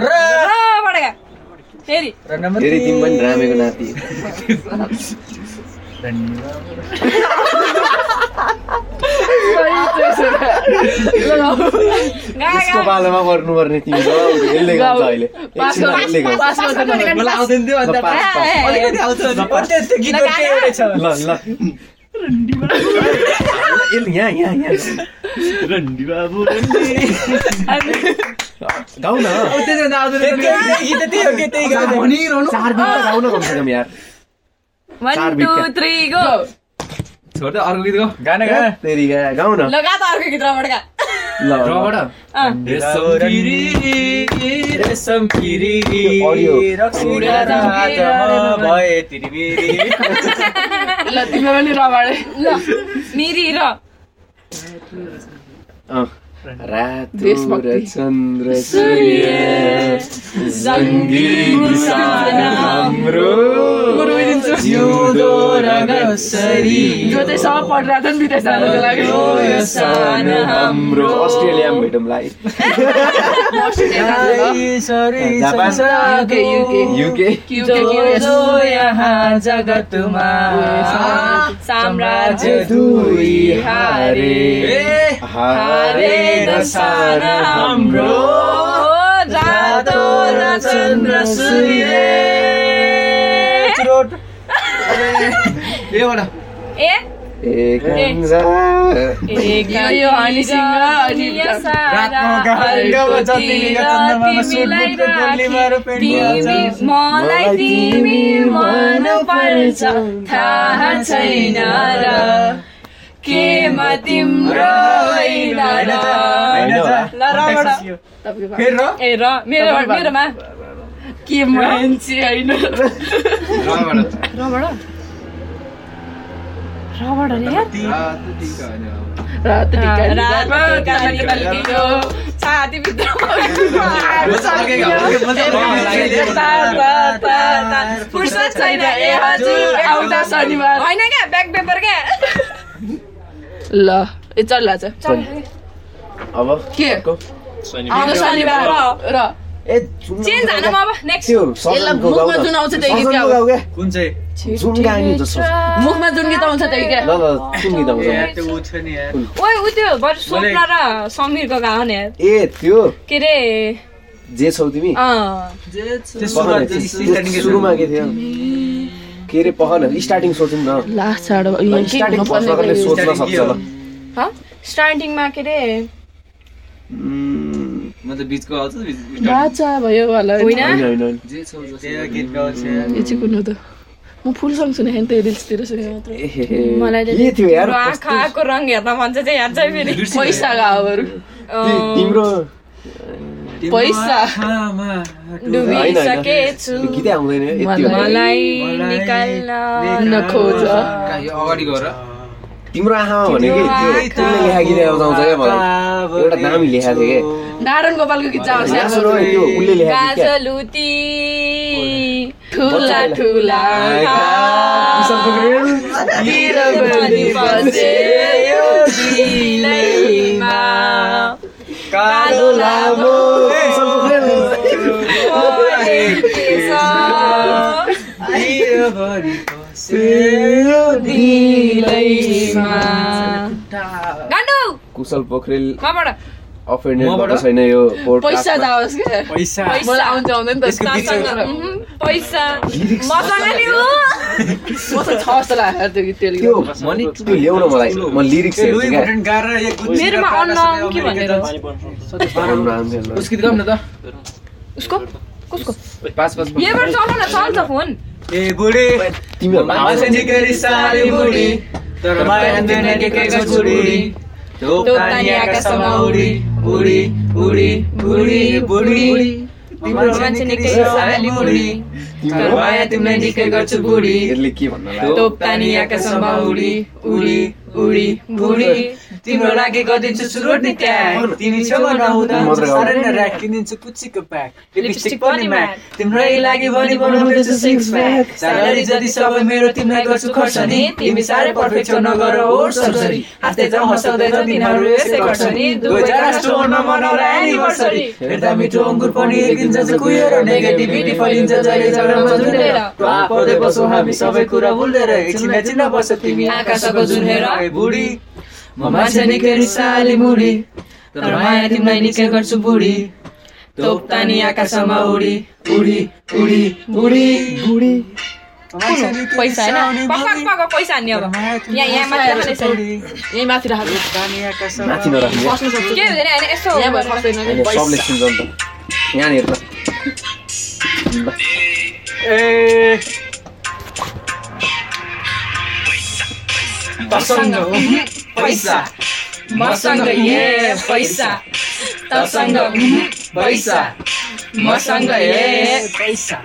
Speaker 4: र
Speaker 5: रबाट गा। फेरि
Speaker 4: र नम्बर
Speaker 1: धेरै तिमी पनि रामेको नाति
Speaker 5: गा,
Speaker 1: त्यसको
Speaker 5: गा।
Speaker 1: पालोमा गर्नुपर्ने तिमी गाउ, यसले गाउँछ अहिले
Speaker 2: पास
Speaker 1: एकछिन यसले गाउँछ
Speaker 2: पास
Speaker 3: मलाई आउँदैन थियो
Speaker 1: ल,
Speaker 3: अन्त
Speaker 1: पास,
Speaker 5: ए,
Speaker 1: पास।
Speaker 5: ए, ए।
Speaker 3: अलिकति आउँछ भने पट्टै त्यो गीत एउटै एउटै छ
Speaker 1: ल ल ल, यसले यहाँ यहाँ यहाँ गाउँ न
Speaker 3: त्यसो आउँदैन त्यो गीत त्यही हो के त्यही गाउँदै।
Speaker 1: भनिरहनु चार दिन त गाउँ न कमसेकम यार चार
Speaker 5: वान टू
Speaker 1: बिटका।
Speaker 5: थ्री गो
Speaker 3: छोड त अर्को गीत गाऊ।
Speaker 4: गाना गा
Speaker 1: तेरी गा- गाउँ न
Speaker 5: लगा त अर्को गीत रबाट गा।
Speaker 1: ल
Speaker 3: रबाट।
Speaker 5: अँ।
Speaker 3: रेशम किरी, रेशम किरी,
Speaker 1: त्यो audio।
Speaker 3: रक्सीका राजामा भए त्रिवेणी।
Speaker 2: ल तिम्रो पनि रबाडे
Speaker 5: ल मिरी र
Speaker 1: अँ। रातो
Speaker 2: देशभक्ति।
Speaker 1: र चन्द्र सूर्य सङ्गी किसान हाम्रो
Speaker 2: गुरु दिन्छु
Speaker 1: जिउँदो र कसरी
Speaker 2: जो चाहिँ सब पढिरहेको थियो नि विदेश जानुको लागि
Speaker 1: यो यो सान हाम्रो अस्ट्रेलिया पनि भेटौँला है
Speaker 4: आई सरी
Speaker 1: जापान।
Speaker 4: संसारको
Speaker 2: युके, युके।
Speaker 1: युके
Speaker 2: क्यु के
Speaker 4: जो
Speaker 2: क्यु
Speaker 4: जो यहाँ जगतमा
Speaker 5: साम्राज्य
Speaker 4: राज्य
Speaker 1: दुई हारे
Speaker 4: ए,
Speaker 1: हारे र सान हाम्रो
Speaker 5: रातो र चन्द्र सूर्य
Speaker 4: चुरोट।
Speaker 3: ए, एउटा।
Speaker 5: ए
Speaker 1: एक अन्जा-
Speaker 2: यो यो हनीसिंह अनि
Speaker 5: सारा
Speaker 4: गाउँमा जति
Speaker 5: अल्पतिर
Speaker 4: चन्द्रमामा
Speaker 5: तिमीलाई
Speaker 4: सुटबुटको गोलीमा र
Speaker 5: राखेँ।
Speaker 4: पेन्ट
Speaker 5: तिमी
Speaker 4: हाल्छ।
Speaker 5: मलाई तिमी मन पर्छ थाहा छैन र केमा तिम्रो होइन र
Speaker 4: होइन त।
Speaker 5: ल, रबाट।
Speaker 2: तपाईँको
Speaker 4: फेरि र?
Speaker 5: ए र मेरो मेरोमा
Speaker 2: के मान्छे होइन
Speaker 3: रबाट।
Speaker 2: रबाट नि यार।
Speaker 3: रातो टिका होइन, अब।
Speaker 2: रातो टिका नि
Speaker 5: रातो
Speaker 2: रातो
Speaker 5: काली बल्कियो छातीभित्र
Speaker 3: बस अर्कै गाउँ, अर्कै बस अर्कै गाउँ लाग्यो, त्यही हो।
Speaker 5: तार, तार, तार, तार। फुर्सद छैन ए हजुर
Speaker 2: आउँदा शनिबार
Speaker 5: होइन क्या ब्याक पेपर क्या
Speaker 2: ल ए चल्ला छ
Speaker 1: अब
Speaker 2: के आउँदो शनिबार र
Speaker 1: ए
Speaker 5: चेन्ज हान म अब नेक्स्ट
Speaker 1: त्यो
Speaker 2: यसलाई
Speaker 1: सजनको गाउँ
Speaker 2: मुखमा
Speaker 1: न।
Speaker 2: जुन आउँछ त्यही गीत
Speaker 1: सजनको
Speaker 2: गाउँ।
Speaker 1: गाउँ क्या?
Speaker 4: कुन चाहिँ
Speaker 1: जुन गाडी हुन्छ सजनको।
Speaker 2: मुखमा जुन गीत आउँछ त्यही क्या
Speaker 1: ल ल कुन गीत आउँछ
Speaker 4: यार, त्यो ऊ थियो नि यार।
Speaker 5: ओइ उ त्यो बरु स्वप्न र समीरको गाउँ नि यार।
Speaker 1: ए त्यो
Speaker 5: के अरे
Speaker 1: जे छौ तिमी
Speaker 5: अँ
Speaker 4: त्यो
Speaker 1: पख न,
Speaker 4: सुरुमा-
Speaker 1: त्यो-
Speaker 4: त्यो
Speaker 1: त्यो
Speaker 4: starting के
Speaker 1: सुरुमा
Speaker 4: थियो?
Speaker 1: के थियो के अरे पख न स्टार्टिङ सोचौँ न
Speaker 2: लास्ट छाडो यो के
Speaker 1: स्टार्टिङ
Speaker 2: हुनुपर्ने
Speaker 1: फर्स्टमा
Speaker 2: रहेछ।
Speaker 1: सोच्न
Speaker 4: Starting
Speaker 1: सक्छ
Speaker 4: के हो?
Speaker 1: ल
Speaker 5: Ah? स्टार्टिङमा के अरे
Speaker 1: उम्,
Speaker 3: म त बिचको आउँछ बिच- बिच-
Speaker 2: बाचा भयो होला
Speaker 5: होइन?
Speaker 1: होइन होइन होइन।
Speaker 3: जे छौ जसो।
Speaker 4: त्यो गीत गाउँछ यार।
Speaker 2: यो चाहिँ कुन हो त म फुल सङ सुने होइन त्यो रिल्सतिर सुने मात्र
Speaker 1: एहेहे।
Speaker 5: मलाई त
Speaker 1: के थियो यार
Speaker 5: तिम्रो आँखा आएको रङ हेर्दा भन्छ चाहिँ याद चाहिँ फेरि
Speaker 2: पैसा गाओ बरु
Speaker 1: ति-
Speaker 5: Oh.
Speaker 1: तिम्रो
Speaker 4: तिम्रो
Speaker 2: पैसा।
Speaker 4: आँखामा
Speaker 5: डुबी-
Speaker 1: होइन, होइन।
Speaker 5: सकेछु।
Speaker 1: त्यो गीतै आउँदैन है, यति हो।
Speaker 2: मलाई-
Speaker 5: मलाई
Speaker 4: मलाई
Speaker 5: निकाल्न
Speaker 2: नखोज।
Speaker 3: का, यो अगाडि गएर
Speaker 1: तिम्रो आँखामा भने के त्यो
Speaker 5: तिम्रो
Speaker 1: तिमीले लेखा गीत आउँछ क्या मलाई एउटा दामी लेखा थियो के
Speaker 2: नारायण गोपालको गीत जाओस्
Speaker 1: यहाँ सुन है, त्यो उसले लेखा गीत क्या
Speaker 5: गाजलुती
Speaker 2: ठुला ठुला
Speaker 1: किसन पोखरेल
Speaker 5: तिरभरि बसेको दिलैमा।
Speaker 4: कालो लामो
Speaker 1: किसन पोखरेल।
Speaker 5: परेछ
Speaker 4: दियोभरि बसे
Speaker 5: दिलैमा। गाण्डु,
Speaker 1: कुशल पोखरेल
Speaker 5: मबाट।
Speaker 1: अफेन्डेड
Speaker 4: मबाट?
Speaker 1: भएको छैन यो
Speaker 2: पैसा
Speaker 1: पोडकास्टमा।
Speaker 2: जाओस् क्या
Speaker 4: पैसा
Speaker 2: मलाई आउँछ आउँदैन त
Speaker 4: यसको बिचमा-
Speaker 2: मसँग
Speaker 5: उहुँ, पैसा मसँग नि हो।
Speaker 2: मसँग छ जस्तो लाग्यो त्यो गीत त्यो
Speaker 1: त्यो
Speaker 2: गीत।
Speaker 1: मनी त्यो ल्याउन मलाई म लिरिक्स
Speaker 4: त्यो
Speaker 1: हेर्छु
Speaker 4: लुई
Speaker 1: क्या
Speaker 4: भुटन गाएर यो गुच्ची
Speaker 5: मेरोमा
Speaker 4: गाएर
Speaker 5: अननाम
Speaker 4: सबै
Speaker 5: के भनेर?
Speaker 4: अमेरिकन
Speaker 1: राम्रो राम्रो हेर्न।
Speaker 3: उस गीत गाउँ न त
Speaker 5: उसको कसको
Speaker 3: पाँच पाँच
Speaker 5: यहाँबाट चलाउ न चल्छ फोन
Speaker 4: ए बुढी
Speaker 1: तिमीहरूमा आवाज
Speaker 4: मान्छे निकै सारी तो बुढी तर मान्दैन निकैको बुढी तो दोकानी आकाशमा उडी उडी उडी उडी बुढी तिम्रो मान्छे निकै साली बुढी तर माया तिमीलाई निकै गर्छु बुढी
Speaker 1: यसले के भन्नु लाग्यो?
Speaker 4: दोकानी आकाशमा उडी उडी उडी बुढी तिम्रो लागि गरिदिन्छु सुरुवात नि त्याग तिमी छेउमा नहुँदा
Speaker 1: मात्र गाउनु।
Speaker 4: साह्रै नराख किनिदिन्छु कुच्चीको प्याक लिपस्टिक
Speaker 5: लिपस्टिक
Speaker 4: पनि
Speaker 5: पनि
Speaker 4: म्याक
Speaker 5: म्याक।
Speaker 4: तिम्रै लागि भोलि बनाउँदैछु सिक्स प्याक स्यालेरी जति सबै मेरो तिमीलाई गर्छु खर्च नि तिमी साह्रै पर्फेक्ट छौ नगर हो सर्जरी हाँस्दै जाउँ हँसाउँदै जाउँ तिनीहरू यसै गर्छ नि दुवै राष्ट्र नमनाउला एनिभर्सरी हेर्दा मिठो अङ्गुर पनि एक दिन जान्छ कुहिएर नेगेटिभिटी फैलिन्छ जहिले झगडामा झुन्डेर दुआ पर्दै बसौँ हामी सबै कुरा भुल्देर एकछिन एकछिन बस्छ तिमी आकाशको जुन हेर ए बुढी म मान्छे निकै रिसाली मुडी तर माया तिमीलाई निकै गर्छु बुढी तोप तानी आकाशमा उडी उडी उडी बुढी बुढी
Speaker 5: पैसा होइन पक्का पक्का पैसा हान्ने अब यहाँ यहाँ माथि राख्दै छ
Speaker 2: यही माथि राख्नु
Speaker 1: माथि नराख्ने
Speaker 2: बस्नु सक्छु
Speaker 5: के हुँदैन होइन यस्तो
Speaker 2: यहाँ भएर फस्दैन
Speaker 1: होइन,
Speaker 2: कि
Speaker 1: सबले सुन्छ नि त यहाँनिर त ल,
Speaker 4: Eh. तसँग हो पैसा
Speaker 5: मसँग ए पैसा
Speaker 4: तसँग उहुँ, पैसा मसँग ए पैसा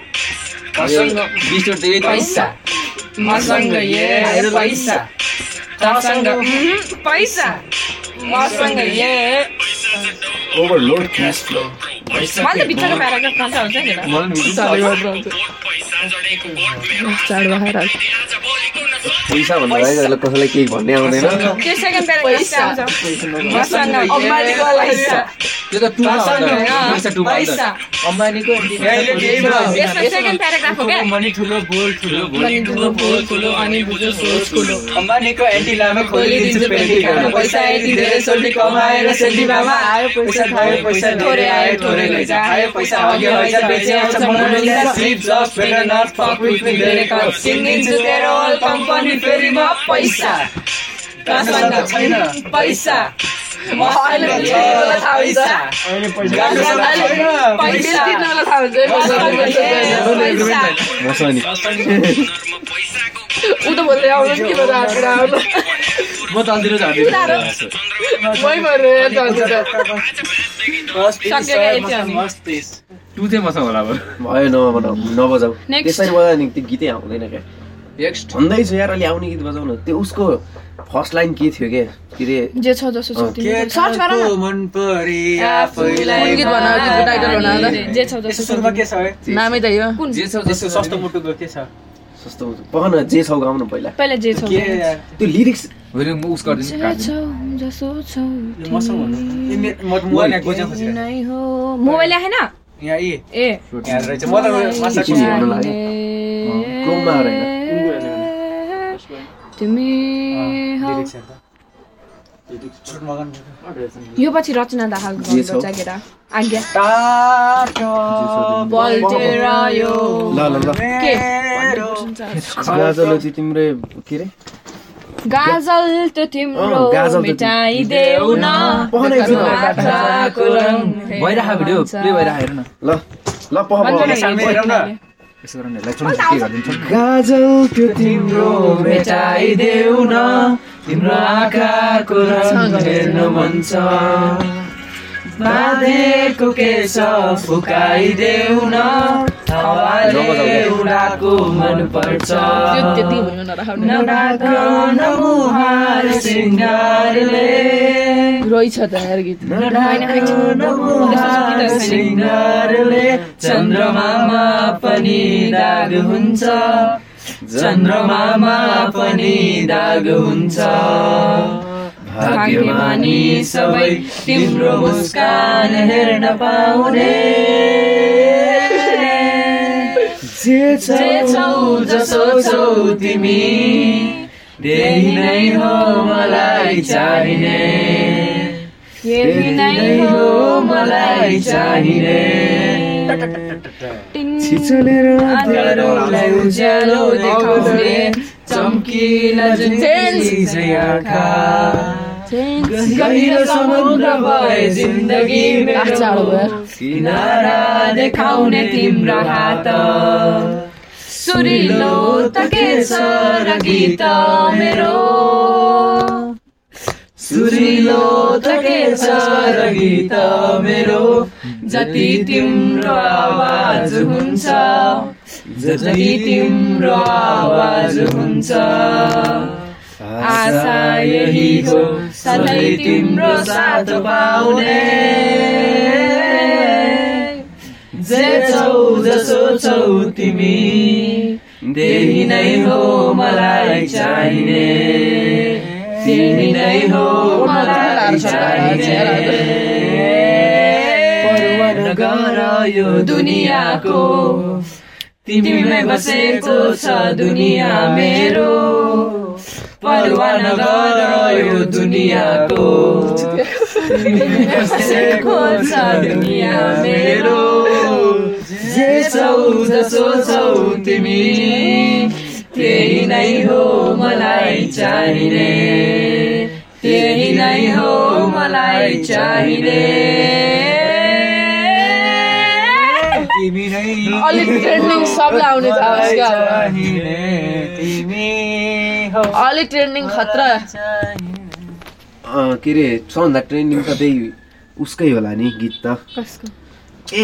Speaker 4: तसँग
Speaker 9: बिस्टो त यही त हो।
Speaker 4: पैसा मसँग ए पैसा तसँग उहुँ, पैसा मसँग ए
Speaker 1: ओभरलोड क्यास फ्लो
Speaker 5: मैले त बिचको प्याराग्राफ कान्छ हुन्छ नि त
Speaker 1: मलाई नि बुझ्नु पर्छ। पैसा भन्दा बाहेक अरूलाई कसैलाई केही भन्ने आउँदैन
Speaker 5: त्यो सेकेन्ड प्याराग्राफ
Speaker 2: पैसा।
Speaker 5: आउँछ मसँग
Speaker 4: अम्बानीको पैसा
Speaker 9: यो त टुमा हो
Speaker 4: मसँग
Speaker 9: त।
Speaker 4: होइन,
Speaker 9: पैसा टुमा हो त।
Speaker 4: पैसा अम्बानीको
Speaker 9: अहिले त्यही भयो।
Speaker 5: यसमा सेकेन्ड प्याराग्राफ हो क्या
Speaker 4: मनी ठुलो बोल ठुलो
Speaker 2: अनि बुझो बोल ठुलो अनि बुझो सोच ठुलो
Speaker 9: अम्बानीको एन्टी लामा
Speaker 4: खोलिदिन्छु
Speaker 9: खोलिदिन्छु
Speaker 4: पेन्टी
Speaker 9: पेन्टी
Speaker 4: खाना। पैसा यति धेरै सोल्टी कमाएर सेल्टी बाबा आयो पैसा खायो पैसा थोरै आयो थोरै लैजा आयो पैसा अघि लैजा बेचे आउँछ मनोरञ्जन स्लिप जब बेटर नट फक विथ मी धेरै कप सिङ्गिन्छु तेरो होल कम्पनी फेरि म पैसा कसँग छैन पैसा म अहिले छैन पैसा कसँग छैन पैसा मसँग छैन पैसा।
Speaker 1: मसँग नि
Speaker 2: ऊ त बोल्दै आउनु कि मेरो हाँसेर आउनु
Speaker 9: म तलतिर झार्दिन्छु
Speaker 2: मै मरेर यता हुन्छ त।
Speaker 5: सक्यो क्या यति हामी
Speaker 3: टु चाहिँ मसँग होला बरु।
Speaker 1: भयो नबनाऊ नबजाऊ
Speaker 5: Next.
Speaker 1: त्यसरी बजायो नि त्यो गीतै आउँदैन क्या
Speaker 3: Next.
Speaker 1: भन्दैछु यार अलि आउने गीत बजाउन त्यो उसको फर्स्ट लाइन के थियो के के अरे
Speaker 2: जे छ जसो छ
Speaker 1: अँ,
Speaker 2: तिमी सर्च गर न
Speaker 4: मन परि
Speaker 2: कुन गीत भन गीतको टाइटल भन ल।
Speaker 5: जे छ जस्तो छ।
Speaker 4: सुरुमा के छ है
Speaker 2: नामै त यो
Speaker 5: कुन
Speaker 3: जे छ
Speaker 4: त्यसको सस्तो मुटुको के छ
Speaker 1: सस्तो हुन्छ पख न जे छौ गाउनु पहिला
Speaker 5: पहिला जे छ
Speaker 4: के यार,
Speaker 1: त्यो लिरिक्स
Speaker 3: होइन म उस गरिदिन्छु काट्दिन्छु।
Speaker 5: जसो छ
Speaker 4: यो मसँग हुनु ए, मे- म म यहाँ खोज्न खोजेँ
Speaker 5: नै हो मोबाइल आएन
Speaker 4: यहाँ ए
Speaker 5: ए
Speaker 4: यहाँ रहेछ मलाई मसँग
Speaker 1: चिनी हेर्नु लाग्यो क्रोममा आएर
Speaker 5: तिमी हौ। यो पछि रचना दाहाल
Speaker 1: जे छौ।
Speaker 5: जागेर आज्ञा
Speaker 4: टाटा
Speaker 5: बल्टेर यो
Speaker 1: ल ल ल
Speaker 5: के?
Speaker 4: मेरो
Speaker 1: गाजल चाहिँ तिम्रै के अरे
Speaker 5: गाजल त तिम्रो
Speaker 1: अँ, गाजल त तिम्रो।
Speaker 5: मेटाइदेऊ न
Speaker 1: पख न एकछिन ल।
Speaker 5: बाटाको रङ
Speaker 3: भइरहेको भिडियो प्ले भइरहेको हेर न
Speaker 1: ल ल पख पख
Speaker 5: भन्छ नि,
Speaker 4: सामने हेरौँ न।
Speaker 3: यसो गर न, यसलाई छोड्नु के गरिदिन्छु
Speaker 1: गाजल त्यो तिम्रो
Speaker 4: मेटाइदेऊ न तिम्रो आँखाको रङ हेर्नु मन छ बाँधेको केश फुकाइदेऊ न हावाले
Speaker 1: नबजाऊ।
Speaker 4: उडाएको मन पर्छ
Speaker 2: त्यो त्यति हुनु नराख्नु
Speaker 4: नडाक नमुहार सिङ्गारले
Speaker 2: रहेछ त यार गीत
Speaker 4: नडाक नमुहार सिङ्गारले चन्द्रमामा पनि दाग हुन्छ चन्द्रमामा पनि दाग हुन्छ भाग्यमानी सबै तिम्रो मुस्कान हेर्न पाउने जे छौ जसो छौ तिमी त्यही नै हो मलाई चाहिने
Speaker 5: यही नै
Speaker 4: नै हो मलाई चाहिने अँध्यारोलाई उज्यालो देखाउने चम्किला जुन तेजी छ आँखा गहिरो समुद्र भए जिन्दगी
Speaker 2: लास्ट चाड हो यार।
Speaker 4: मेरो किनारा देखाउने तिम्रो हात सुरिलो त के छ र गीत मेरो सुरिलो त के छ र गीत मेरो जति तिम्रो आवाज हुन्छ जति तिम्रो आवाज हुन्छ
Speaker 5: आशा यही हो सधैँ तिम्रो साथ पाउने
Speaker 8: जे छौ जसो छौ तिमी त्यही नै हो मलाई चाहिने तिमी नै हो मलाई चाहिने परवाह नगर यो दुनियाँको तिमीमै बसेको छ दुनियाँ मेरो परवाह नगर यो दुनियाँको तिमीमै बसेको छ दुनियाँ मेरो जे छौ जसो छौ तिमी त्यही नै हो मलाई चाहिने त्यही नै हो मलाई चाहिने
Speaker 4: तिमी नै
Speaker 2: अलिक ट्रेन्डिङ सबलाई आउने छ आवाज क्या
Speaker 4: चाहिने तिमी हौ।
Speaker 2: अलिक ट्रेन्डिङ खतरा
Speaker 1: अँ, के अरे सबभन्दा ट्रेन्डिङ त त्यही उसकै होला नि गीत त
Speaker 2: कसको
Speaker 1: ए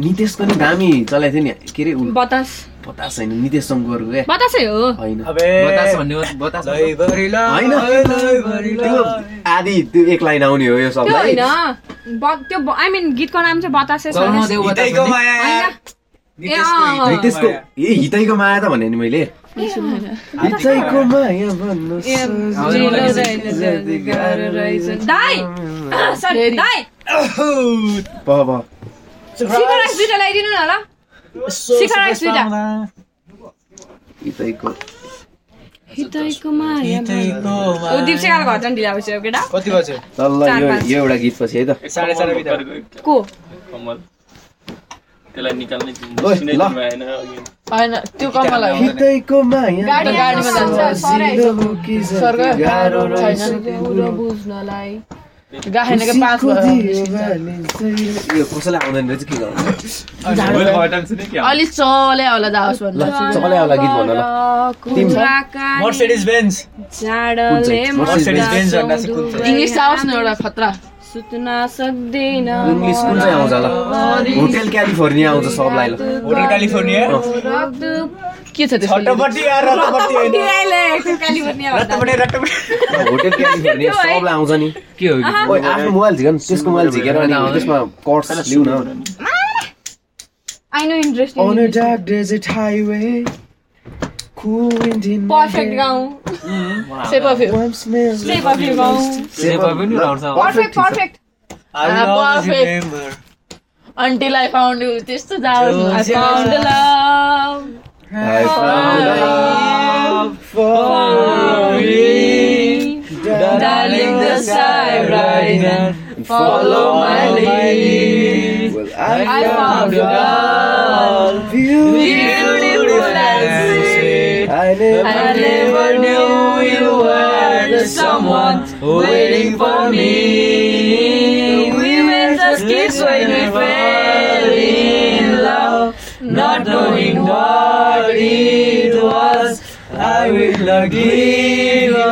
Speaker 1: नितेशको नि दामी चलाएको थियो नि के अरे उ-
Speaker 5: बतास
Speaker 1: बतास होइन नितेश सङ्गरको क्या
Speaker 5: बतासै हो
Speaker 1: होइन
Speaker 4: अबे
Speaker 3: बतास भन्ने बतास
Speaker 4: लैभरि ल,
Speaker 1: होइन
Speaker 4: लैभरि ल।
Speaker 1: त्यो आधी त्यो एक लाइन आउने हो यो
Speaker 5: त्यो
Speaker 1: सबलाई
Speaker 5: होइन ब- त्यो आई मिन गीतको नाम चाहिँ बतासे छ
Speaker 3: चल्न देऊ
Speaker 4: हिँडेको
Speaker 3: बतास
Speaker 4: माया।
Speaker 5: होइन
Speaker 4: नितेशको
Speaker 5: ए, अँ,
Speaker 4: हिँडेको
Speaker 5: अँ।
Speaker 1: त्यसको
Speaker 4: माया।
Speaker 1: ए हितैको माया त भने नि मैले हितैको माया भन्नु
Speaker 5: ए,
Speaker 3: आउँदैन
Speaker 5: जिलो
Speaker 3: रहेछ।
Speaker 5: रहेछ, जति गाह्रो रहेछ। दाई! आह, सरी, दाई!
Speaker 1: भ- भ।
Speaker 5: शिखर राइस दुइटा ल्याइदिनु न ल शिखर राइस दुइटा
Speaker 1: हितैको
Speaker 5: हितैको माया
Speaker 4: हिँडेको
Speaker 5: ऊ
Speaker 4: माया।
Speaker 5: दिप्सेकाको घर झन् ढिला भइसक्यो केटा
Speaker 4: कति बज्यो
Speaker 1: तल्ल
Speaker 5: चार
Speaker 1: यो
Speaker 5: पाँच।
Speaker 1: यो एउटा गीत पछि है त
Speaker 4: साढे चार बिता
Speaker 5: को
Speaker 10: कमल त्यसलाई निकाल्ने
Speaker 1: ओइ,
Speaker 10: चिन्ने
Speaker 1: ल।
Speaker 10: भएन अघि
Speaker 2: होइन त्यो कमलाई
Speaker 4: आउँदैन।
Speaker 1: हितैको माया
Speaker 2: गाडी- गाडीमा जान्छ, सर आइसक्यो।
Speaker 1: सजिलो कि जति
Speaker 2: सर गयो?
Speaker 1: गाह्रो रहेछ
Speaker 2: छैन बुझ्नलाई गाहेन कि पाँच
Speaker 1: खुसीको
Speaker 2: भयो।
Speaker 1: जीवनी चाहिँ- यो कसैलाई आउँदैन रहेछ के गर्नु
Speaker 3: मैले बटन सुने क्या
Speaker 2: अलिक चले होला जाओस्
Speaker 1: ल
Speaker 2: भन्नु
Speaker 1: सबैलाई आउला गीत भन ल तिमी-
Speaker 5: कुखुराकानी
Speaker 4: मर्सिडिज बेन्ज
Speaker 1: कुन
Speaker 5: जाडोले
Speaker 1: चाहिँ? मर्सिडिज
Speaker 4: बेन्ज
Speaker 5: मर्दा
Speaker 4: भन्दा चाहिँ
Speaker 5: सधुरो
Speaker 4: कुन चाहिँ?
Speaker 2: इङ्ग्लिस आओस् न एउटा खतरा
Speaker 5: सुत्न सक्दैन
Speaker 1: इङ्ग्लिस कुन चाहिँ आउँछ ल होटल क्यालिफोर्निया आउँछ सबलाई ल
Speaker 4: होटल क्यालिफोर्निया
Speaker 2: के छ त्यसको
Speaker 4: छटपट्टि यार रत्तपट्टि होइन रत्तपट्टि रत्तपट्टि
Speaker 1: होटल क्यालिफोर्निया
Speaker 5: त्यो है।
Speaker 1: सबलाई आउँछ नि
Speaker 3: के हो कि
Speaker 1: ओइ आफ्नो मोबाइल झिकन त्यसको मोबाइल झिकेर अनि
Speaker 3: आउँदैन।
Speaker 1: त्यसमा कर्स लिउ न
Speaker 5: आई नो इन्ट्रेस्ट
Speaker 1: On a dark desert highway, cool wind in my
Speaker 5: पर्फेक्ट
Speaker 1: hair,
Speaker 5: गाउँ
Speaker 2: सेप अफ यु
Speaker 1: warm smell.
Speaker 5: त्यही पर्फेक्ट गाउँ
Speaker 3: सेप अफ यु नि आउँछ।
Speaker 5: पर्फेक्ट पर्फेक्ट
Speaker 4: I will
Speaker 2: Ah,
Speaker 4: always
Speaker 2: perfect.
Speaker 4: remember.
Speaker 2: अन्टिल आई फाउन्ड यु त्यस्तो जाओस्
Speaker 5: I found love
Speaker 1: I found love for me,
Speaker 5: darling, the sky
Speaker 1: bright and follow my lead. Well, I,
Speaker 2: I found
Speaker 1: found love, beautiful and sweet. I never,
Speaker 2: I never knew you were the someone
Speaker 1: waiting for me.
Speaker 2: We were just kids when we fell in love, not knowing what it was.
Speaker 1: I will not give you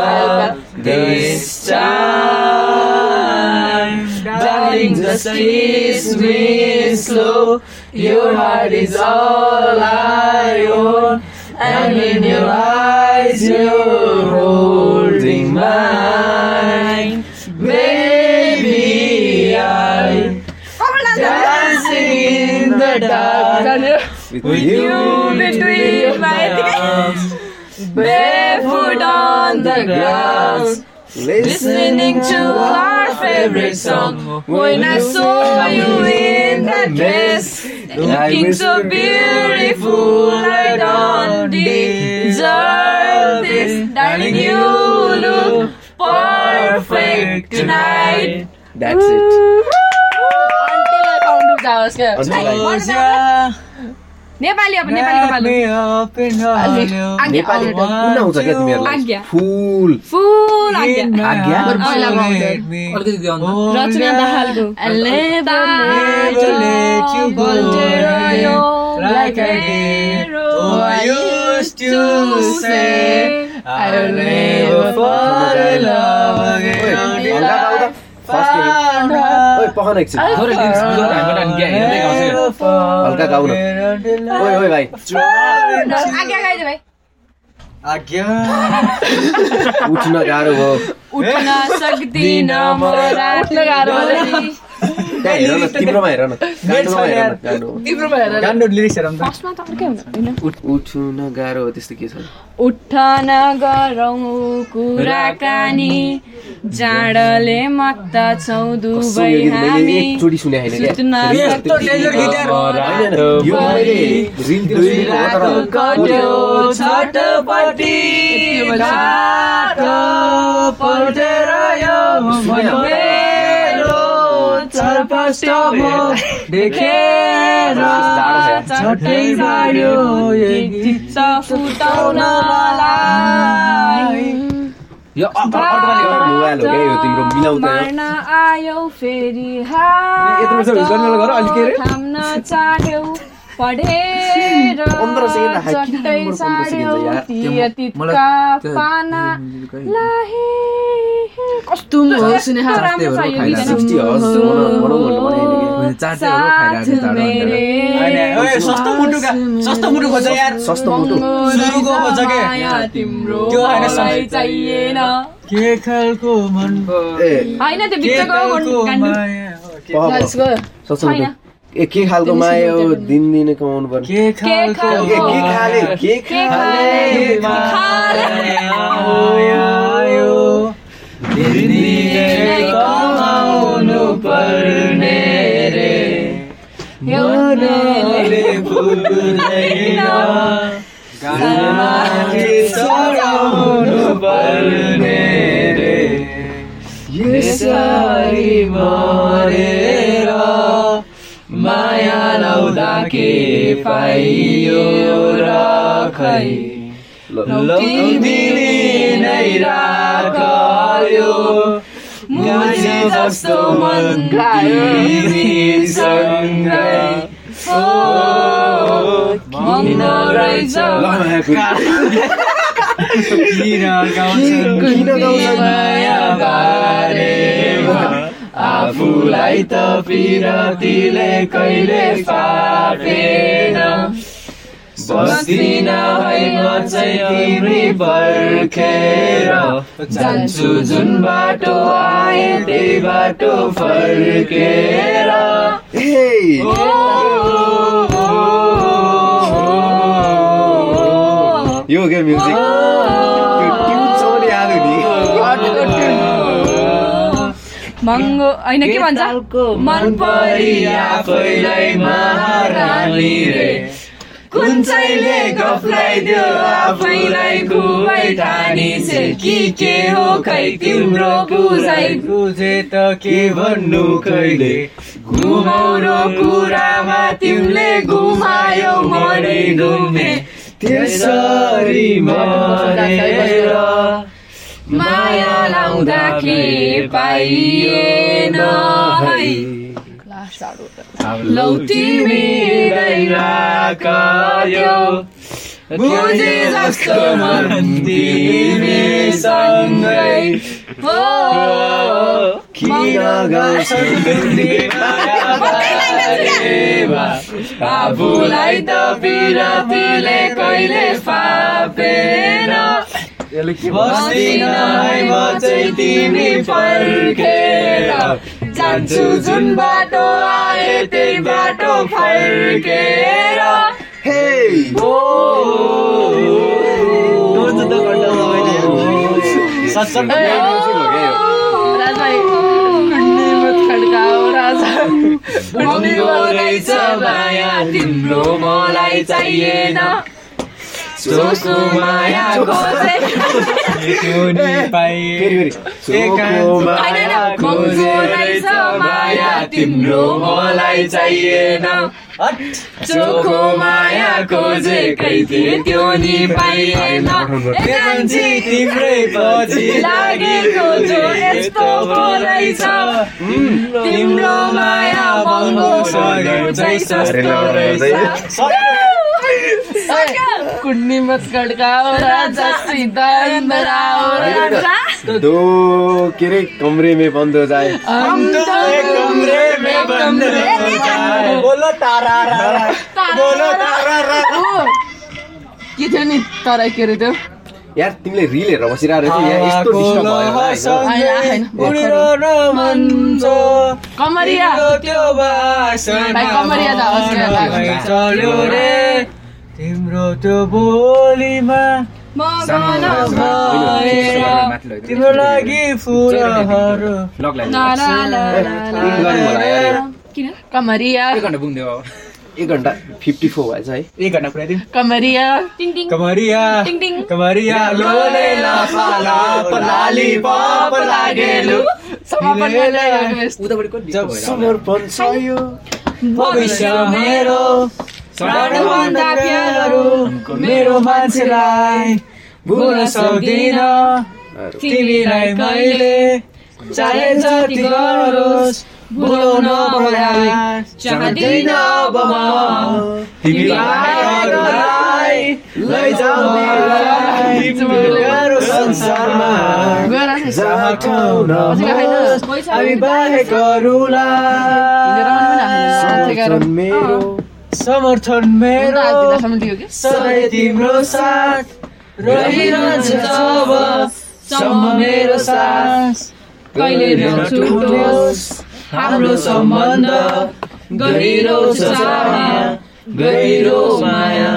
Speaker 1: up this time.
Speaker 2: Darling, just kiss me slow. Your heart is all I own, and in your eyes you're holding mine, baby. I'm dancing in the dark
Speaker 1: With you
Speaker 2: between my arms, barefoot on the ground. Listening to our favorite song When I saw you in that dress Looking so beautiful I don't deserve this Darling, you look perfect tonight
Speaker 1: That's it.
Speaker 2: Until I found you, जाओस् क्या
Speaker 1: Until I-
Speaker 5: What is that? नेपाली अब नेपालीको
Speaker 4: Wrap
Speaker 5: पालो
Speaker 4: me up in hollow.
Speaker 5: आज्ञा
Speaker 1: नेपाली कुन आउँछ क्या तिमीहरूलाई
Speaker 5: आज्ञा।
Speaker 1: फुल
Speaker 5: फुल आज्ञा
Speaker 4: In my
Speaker 1: आज्ञा?
Speaker 4: arms
Speaker 2: पहिला
Speaker 4: you
Speaker 2: गाउँदै।
Speaker 4: let me.
Speaker 3: अलिकति गाउनु त।
Speaker 4: Oh,
Speaker 5: रचना
Speaker 4: never
Speaker 5: दाहालको
Speaker 4: let you go away like I did. Oh, I used to say I'll never fall in love again.
Speaker 1: ओइ,
Speaker 4: Until
Speaker 1: हल्का
Speaker 4: I
Speaker 1: गाउँ त। First hit.
Speaker 4: found out
Speaker 1: ओइ, पकन एकछिन।
Speaker 3: थोरै लिरिक्स बुझ्नु त हाम्रो नानी क्या, हिँड्दै गाउँछ क्या।
Speaker 4: never fall
Speaker 1: हल्का गाउनु।
Speaker 4: again until I
Speaker 1: ओइ, ओइ भाइ।
Speaker 4: found out.
Speaker 5: आज्ञा गाइदियो भाइ
Speaker 4: आज्ञा
Speaker 1: उठ्न गाह्रो भयो
Speaker 5: उठ्न सक्दिन म राति भरि।
Speaker 1: त्यहाँ हेर न तिम्रोमा हेर न गान्तोकमा हेर न,
Speaker 4: यार।
Speaker 1: गान्तोकमा।
Speaker 2: तिम्रोमा हेर
Speaker 4: गान्डो लिरिक्स हेरौँ त
Speaker 5: फर्स्टमा त अर्कै हुनु होइन
Speaker 1: उठ- उठ्न गाह्रो हो त्यस्तो के छ
Speaker 5: उठन गरौँ कुराकानी जाडले
Speaker 1: कसो
Speaker 5: मत्दछौ दुवै
Speaker 1: यो गीत मैले
Speaker 5: हामी
Speaker 1: एकचोटि सुनेको छैन क्या।
Speaker 5: सुत्न
Speaker 1: यो
Speaker 4: यस्तो डेन्जर गीत यार।
Speaker 1: होइन, होइन, यो मैले रिलतिर सुनेको हो, तर-
Speaker 5: रातो कट्यो छटपटी मेरो चर्पष्ट भो देखेर चटै गाड्यो चित्त फुटाउन मलाई
Speaker 1: यो अ- अ- अटवाली एउटा मोबाइल हो क्या यो तिम्रो मिलाउँदैन
Speaker 5: मार्न आयौ फेरि
Speaker 1: यत्रो
Speaker 5: हात
Speaker 1: वर्ष हिजोअघि गर, अलिक के रे?
Speaker 5: थाम्न चाह्यौ पढेर
Speaker 1: पन्ध्र सेकेन्ड राख, किन
Speaker 5: चट्टै
Speaker 1: तिम्रो पन्ध्र
Speaker 5: साड्यौ
Speaker 1: सेकेन्ड छ यार? त्यो म-
Speaker 5: तियतितका पाना लाहे कस्तो
Speaker 2: सुने
Speaker 5: यस्तो
Speaker 2: हाँस
Speaker 5: राम्रो छ यो गीत होइन?
Speaker 1: सिक्सटी हर्स बनाउ- बनाउ भन्नु भनेको नि।
Speaker 8: चाटे हो खाइरहेको छ,
Speaker 5: साथ
Speaker 8: चारो हालेर।
Speaker 5: मेरे
Speaker 4: होइन, ओए, सस्तो मुटुका सस्तो मुटु खोज यार
Speaker 1: सस्तो मोटो
Speaker 4: सुरुको खोज के?
Speaker 5: माया तिम्रो
Speaker 4: त्यो होइन, सम-
Speaker 5: मलाई चाहिएन
Speaker 4: के खालको मन
Speaker 1: ए
Speaker 5: होइन त्यो
Speaker 4: के
Speaker 5: बिचको
Speaker 4: खालको
Speaker 5: गान्डु
Speaker 4: माया हो, के-
Speaker 1: अह,
Speaker 2: गाइस गयो
Speaker 1: सस्तो
Speaker 5: छैन।
Speaker 1: मोटो ए के खालको माया हो दिन दिन कमाउनु पर्ने
Speaker 4: के खालको
Speaker 1: ए, के खाले के
Speaker 5: के
Speaker 1: खाले
Speaker 5: खाले?
Speaker 4: माया आयो, दिनदिनै कमाउनु पर्ने रे, मनले फुल्दैन, गामाले चढाउनु पर्ने रे, यसरी मरेर माया लाउँदा के पाइयो र खै लौटिदिने नै राख्यो मुझे जस्तो मन तिमीसँगै
Speaker 5: ओ, मन रहेछ।
Speaker 4: किन गाउँछन्
Speaker 1: किन गाउँछन्?
Speaker 4: माया बारेमा? आफूलाई त पिरतीले कहिले पापेन बस्दिन है म चाहिँ तिमी पर्खेर जान्छु जुन बाटो आए त्यही बाटो फर्केर
Speaker 1: ए
Speaker 5: ओ, ओ, ओ,
Speaker 1: यो क्या म्युजिक त्यो ट्युन चौरी आलु नि
Speaker 5: महँगो होइन के भन्छ मन परि
Speaker 4: आफैलाई महारानी रे
Speaker 5: कुन चाहिँले गफ्राइदियो आफैलाई खुबै ठानी छे कि के हो खै तिम्रो बुझाइ
Speaker 4: बुझे त के भन्नु कहिले
Speaker 5: घुमाउरो कुरामा तिमीले घुमायौ मनै घुमे
Speaker 4: त्यसरी मरेर
Speaker 5: माया लाउँदा के पाइएन है लौ तिमी
Speaker 4: कायो बुझे जस्तो मन तिमीसँगै
Speaker 5: हो
Speaker 1: किन गाउँछन्
Speaker 5: आफूलाई त बिरातीले कहिले फापेन
Speaker 4: बस्दिन है म चाहिँ तिमी फर्केर
Speaker 5: जान्छु जुन बाटो आए त्यही बाटो फर्केर
Speaker 1: हे
Speaker 4: सत्सङ्ग
Speaker 2: राजभाइ खण्डीमत खड्काओ राजा
Speaker 5: महँगो रहेछ माया तिम्रो मलाई चाहिएन सोच्नु माया खोजे
Speaker 1: फेरि फेरि सोकोमा
Speaker 5: होइन होइन, महँगो रहेछ माया तिम्रो मलाई चाहिएन चोखो माया खोजेकै थिए त्यो नि पाइएन ए कान्छी,
Speaker 4: तिम्रै पछि
Speaker 5: लागेको जो यस्तो पो रहेछ तिम्रो माया महँगो सधैँ चाहिँ सस्तो रहेछ
Speaker 2: कुण्डीमत खड्काओ राजा सिधा इन्द्र आओ राजा
Speaker 1: दो के रे कमरे में बन्द हो जाए
Speaker 4: बोलो तारा बोलो तारा
Speaker 2: के थियो नि तर के अरे त्यो
Speaker 1: यार तिमीले रिल हेरेर बसिरहेको रहेछ यहाँ यस्तो डिस्टर्ब भयो होला, होइन?
Speaker 4: उडेर रमन छ,
Speaker 2: कमरिया
Speaker 4: तिम्रो त्यो वासना
Speaker 2: भाइ, कमरिया त आवाज किन लाग्छ?
Speaker 4: मनै चल्यो रे तिम्रो त्यो बोलीमा
Speaker 5: मगन भएर
Speaker 4: तिम्रो लागि फुलहरू
Speaker 1: रिल गर्नु होला यार,
Speaker 5: किन
Speaker 2: कमरिया
Speaker 1: एक घन्टा फिफ्टी फोर भएछ है
Speaker 4: एक घन्टा पुऱ्याइदिउँ
Speaker 2: कमरिया
Speaker 5: टिङ टिङ
Speaker 4: कमरिया
Speaker 5: टिङ टिङ
Speaker 4: कमरिया लोले लाफा लाप लाली पाप लागेलु
Speaker 2: समापन गर्दै गर्नु यस्तो।
Speaker 4: जब समर्पण छ यो भविष्य मेरो प्राणभन्दा प्यारो मेरो मान्छेलाई भुल्न सक्दिन तिमीलाई मैले चाहे जति गरोस् भुलाउन होला चाहदिन अब म तिमीलाई अरूलाई लैजाऊ मलाई मेरो संसारमा
Speaker 2: गएर
Speaker 4: जहाँ ठाउँ
Speaker 2: बसेको होइन।
Speaker 4: नहोस् हामी बाहेक अरूलाई
Speaker 1: समर्थन मेरो
Speaker 4: समर्थन मेरो सधैँ तिम्रो साथ रहिरहन्छ जब सम्म मेरो सास कहिले नटुटोस् हाम्रो सम्बन्ध गहिरो छ चाहना, गहिरो माया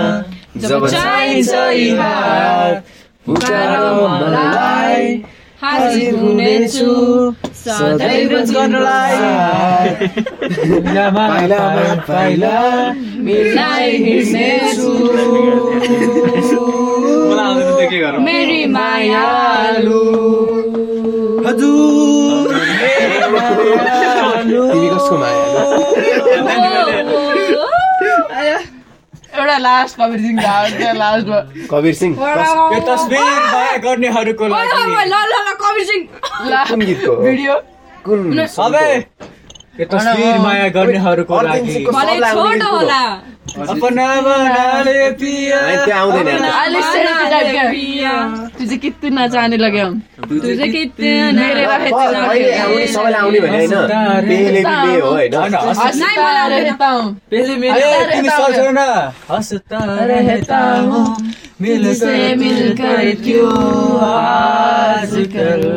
Speaker 1: जब
Speaker 4: चाहिन्छ यी हात पुकार मलाई हाजिर हुनेछु सधैँ रोज गर्नलाई पाइलामा पाइला पाइला मिलाई हिँड्नेछु
Speaker 5: मेरी माया
Speaker 4: आलु हजुर मेरो मायालु।
Speaker 1: तिमी कसको माया
Speaker 5: ओ, ओ, ओ।
Speaker 2: एउटा लास्ट कमेडी सिङ लास्टमा
Speaker 1: कवीर सिंह कस-
Speaker 4: यो तस्बिर माया गर्नेहरूको लागि
Speaker 5: ल, ल, ल, कवीर सिंह।
Speaker 1: कुन गीतको हो?
Speaker 2: भिडियो
Speaker 1: कुन
Speaker 4: सबै यो तस्बिर माया गर्नेहरूको
Speaker 1: अर्जुन
Speaker 4: लागि
Speaker 1: सिंहको
Speaker 5: भलै
Speaker 1: सब लाग्ने
Speaker 5: छोड
Speaker 1: गीत कुन हो?
Speaker 5: होला
Speaker 4: अपना बनाले पिया
Speaker 1: होइन, त्यो आउँदैन यार।
Speaker 2: अलिक सेल्फी टाइपका। तुझे कित्तु नचाहने लग्यो हम।
Speaker 5: तुझे
Speaker 2: मेरे
Speaker 5: कितने
Speaker 2: रहे तुझे
Speaker 1: अहिले आउने सबैलाई आउने भने होइन
Speaker 4: हस्तारे।
Speaker 1: बेले बेले हो होइन
Speaker 4: होइन, हस्-
Speaker 2: हँसता
Speaker 5: नहीं, मलाई आउँदैन।
Speaker 2: रहता हूँ।
Speaker 4: ए, तिमी सर्छौ न हँसता रहता हूँ मिलसे मिलकर क्यों आजकल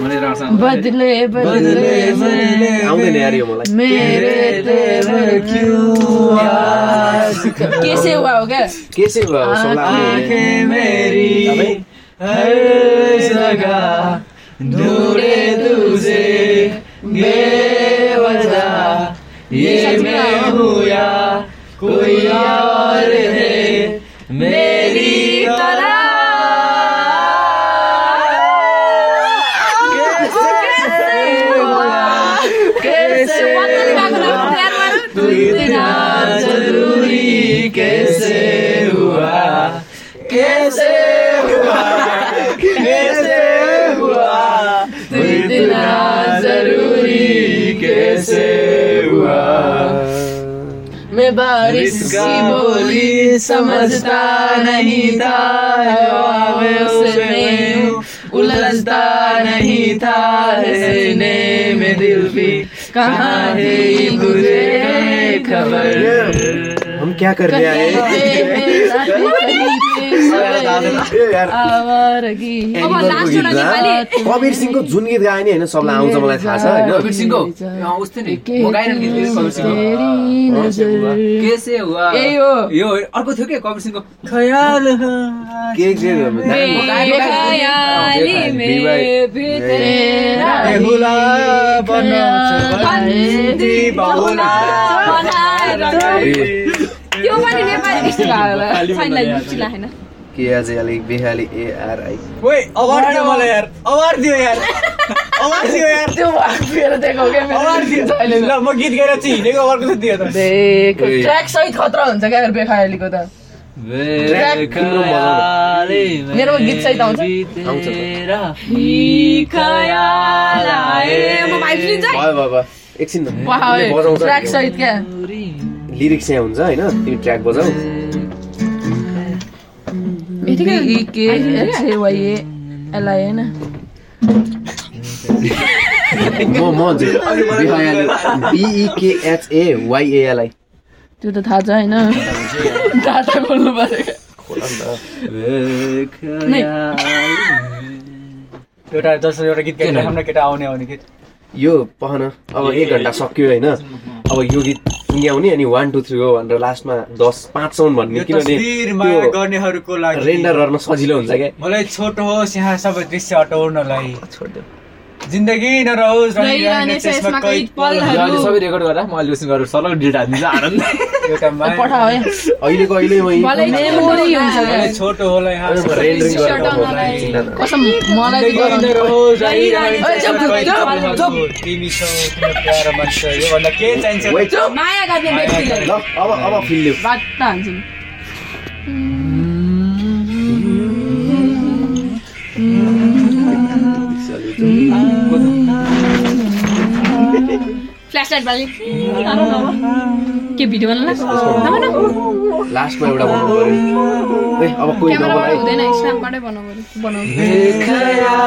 Speaker 2: बदले बदले
Speaker 4: बदले बदले
Speaker 1: आउँदैन यार यो मलाई
Speaker 2: मेरे तेवर
Speaker 4: तेरे क्यों आजकल
Speaker 2: कैसे हुआ हो क्या
Speaker 1: के चाहिँ भयो सब लाग्ने भने?
Speaker 4: आंखें मेरी
Speaker 1: तपाईँ?
Speaker 4: हर जगह दूरे तुझे बेवजह ये मैं हूँ या कोई और है मेरी तरह कैसे हुआ? कैसे हुआ? तू इतना जरूरी कैसे हुआ कैसे हुआ कैसे हुआ तू इतना जरूरी कैसे हुआ
Speaker 2: मैं बारिश
Speaker 4: इसका
Speaker 2: की बोली
Speaker 4: बोली समझता नहीं था हवाओं में उलझता नहीं था हंसने में दिल भी कहाँ है ये मुझे खबर
Speaker 1: हम क्या कर रहे हैं ए यार
Speaker 2: आवारगी
Speaker 5: अब
Speaker 1: एनिमलको
Speaker 5: लास्ट
Speaker 1: गीत
Speaker 5: एउटा नेपाली।
Speaker 1: ला। कवीर सिंहको जुन गीत गायो नि होइन सबलाई आउँछ मलाई थाहा छ होइन
Speaker 3: कवीर सिंहको अँ, उस्तै नि म गाएन नि गीत कवीर सिंहको
Speaker 2: तेरी नजर
Speaker 3: के से हुआ
Speaker 2: यही हो
Speaker 3: यो अर्को थियो के कवीर सिंहको
Speaker 4: ख्याल है आज
Speaker 1: के के गर्नु?
Speaker 5: बेखयाली में भी तेरा
Speaker 4: बेहुला बनाउँछ बन्दी बहुला
Speaker 5: बनाएर
Speaker 1: ए,
Speaker 5: त्यो पनि नेपाली जस्तो लाग्यो छैन रुचि लागेन
Speaker 1: के आज अलिक बेहाली एआरआई
Speaker 4: ओए अवार्ड दियो मलाई यार अवार्ड दियो यार अवार्ड दियो यार
Speaker 2: त्यो फेर दिएको हो क्या
Speaker 4: अवार्ड दियो ल म गीत गाएर चाहिँ हिँडेको अवार्डको चाहिँ दियो त
Speaker 1: ए।
Speaker 2: ट्र्याक सहित खतरा हुन्छ क्या बेखायलीको त मेरो गीत सहित आउँछ
Speaker 1: आउँछ त।
Speaker 5: खयाल आए म भाइ सुन्छ है।
Speaker 1: भयो भयो भयो एकछिन न।
Speaker 2: वाह
Speaker 1: तिमीले बजाउँछ
Speaker 2: ट्र्याक सहित क्या
Speaker 1: लिरिक्स यहाँ हुन्छ होइन तिमी ट्र्याक बजाऊ
Speaker 2: यसलाई होइन
Speaker 1: म म हुन्छु। बेहाली E बिइकेएचए वाइएलाई
Speaker 2: त्यो त थाहा छ होइन डाटा खोल्नु पऱ्यो क्या।
Speaker 10: खोला नि त
Speaker 4: एउटा जस्तो एउटा गीत गाइराखौँ न केटा आउने आउने गीत
Speaker 1: यो पहन अब एक घन्टा सक्यो होइन अब यो गीत सुन्याउने अनि वान टू थ्री हो भनेर लास्टमा दस पाँच साउन्ड भन्ने
Speaker 4: यो
Speaker 1: किनभने
Speaker 4: तस्बिरमा
Speaker 1: त्यो
Speaker 4: गर्नेहरूको लागि
Speaker 1: रेन्डर गर्न सजिलो हुन्छ क्या
Speaker 4: मलाई छोटो होस् यहाँ सबै दृश्य हटाउनलाई जिन्दगी नरहोस् रहिरहने त्यसमा कोही
Speaker 8: यो अहिले
Speaker 4: पलहरू।
Speaker 8: सबै रेकर्ड गरेर म अहिले उसँग गरेर सलग डेटा हालिदिन्छ आनन्द
Speaker 4: एउटा माया।
Speaker 2: पठाओ है
Speaker 1: अहिलेको अहिले म
Speaker 2: मलाई मेमोरी हुन्छ
Speaker 4: मलाई छोटो होला यहाँ
Speaker 1: अब
Speaker 4: सबै
Speaker 1: रेन्डरिङ
Speaker 4: दृश्य
Speaker 1: गरेर पठाउनलाई
Speaker 4: हटाउनलाई।
Speaker 1: चिन्ता नगर।
Speaker 2: कसम मलाई
Speaker 4: जिन्दगी
Speaker 2: चाहिँ
Speaker 4: नरहोस् रहिरहने
Speaker 2: ओए, चुप,
Speaker 4: त्यसमा कोही
Speaker 2: चुप, चुप।
Speaker 4: पलहरू। तिमी छौ तिम्रो प्यारो मान्छे योभन्दा के चाहिन्छ र?
Speaker 1: Wait,
Speaker 2: गराउनु। माया गर्ने व्यक्तिलाई
Speaker 1: ल, अब अब फिल्ड
Speaker 2: बाटा हान्छौँ फ्ल्यास लाइट बाल्ने नभए नभए। के भिडियो बनाउनु नभए नभए।
Speaker 1: लास्टमा एउटा भन्नु पऱ्यो ए अब कोही नबोला
Speaker 2: क्यामेराबाट
Speaker 1: है
Speaker 2: हुँदैन स्न्यापबाटै बनाउनु पऱ्यो बनाउनु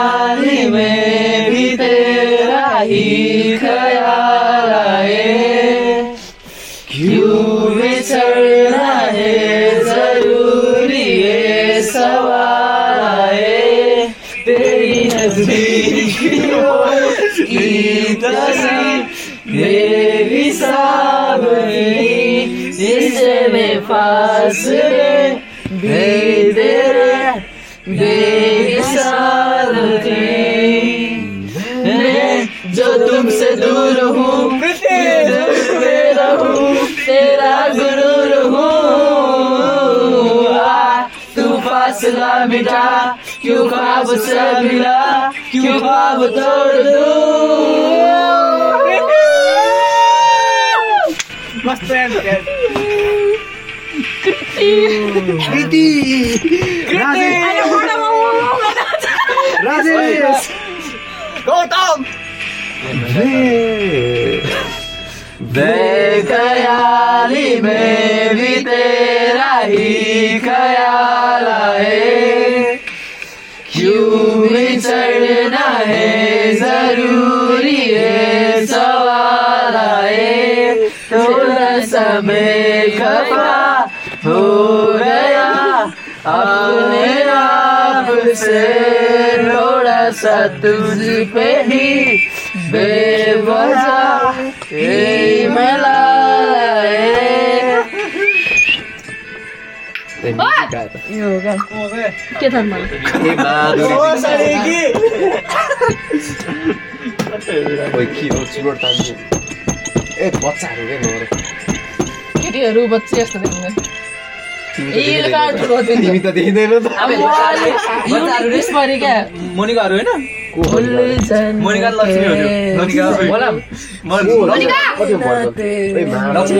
Speaker 1: कृति राजेश गौतम
Speaker 2: के थाहा मलाई
Speaker 1: ए माधुरी
Speaker 4: ओ, सारेकी।
Speaker 1: ओइ, के हो, चुरोट तान्छु। ए बच्चाहरू के नगर।
Speaker 2: केटीहरू बच्चे यस्तो देखिँदैन ए लगा ठुलो दिन
Speaker 1: तिमी त देखिँदैन त
Speaker 2: अब वाले युनिटनेस परे क्या
Speaker 8: मोनिकाहरू होइन
Speaker 1: को हो यो?
Speaker 8: मोनिका लक्ष्मी हो मोनिका होला
Speaker 1: को हो? कति भन्छ? ओइ, माधुरी।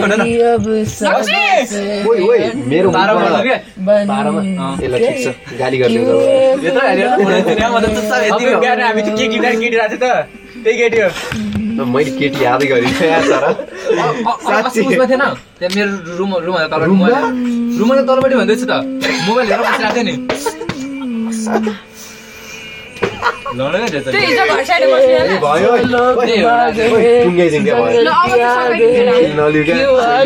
Speaker 8: लक्ष्मी हो न
Speaker 1: ओइ, ओइ, मेरो
Speaker 8: बाह्र वर्ष
Speaker 1: मुखमा-
Speaker 8: क्या
Speaker 1: बाह्रमा ए, ल, ठिक छ, गाली गर्ने हो त।
Speaker 8: यत्रो हाल्यो मलाई त यहाँ मतलब त्यस्तो यति
Speaker 4: अब
Speaker 8: हो।
Speaker 4: बिहान हामी चाहिँ के केटी केटी राखेको थियो त त्यही केटी हो
Speaker 1: ल, मैले केटी यादै गरेँ याद छ र?
Speaker 8: अ- अ-
Speaker 1: साँच्ची।
Speaker 8: अस्ति उसमा थिएन त्यहाँ मेरो रुम रुम तलपट्टि मोबाइल रुममा त तलपट्टि भन्दैछु त मोबाइल हेरेर बसिरहेको थिएँ नि लडेर रहेछ नि।
Speaker 2: त्यो हिजो घर साइड बस्ने
Speaker 1: ए, भयो ओइ,
Speaker 8: त्यही हो।
Speaker 1: ओइ, टुङ्गै जिङ्गै भयो।
Speaker 2: ल अब त सबै खेला।
Speaker 1: नलिउ क्या।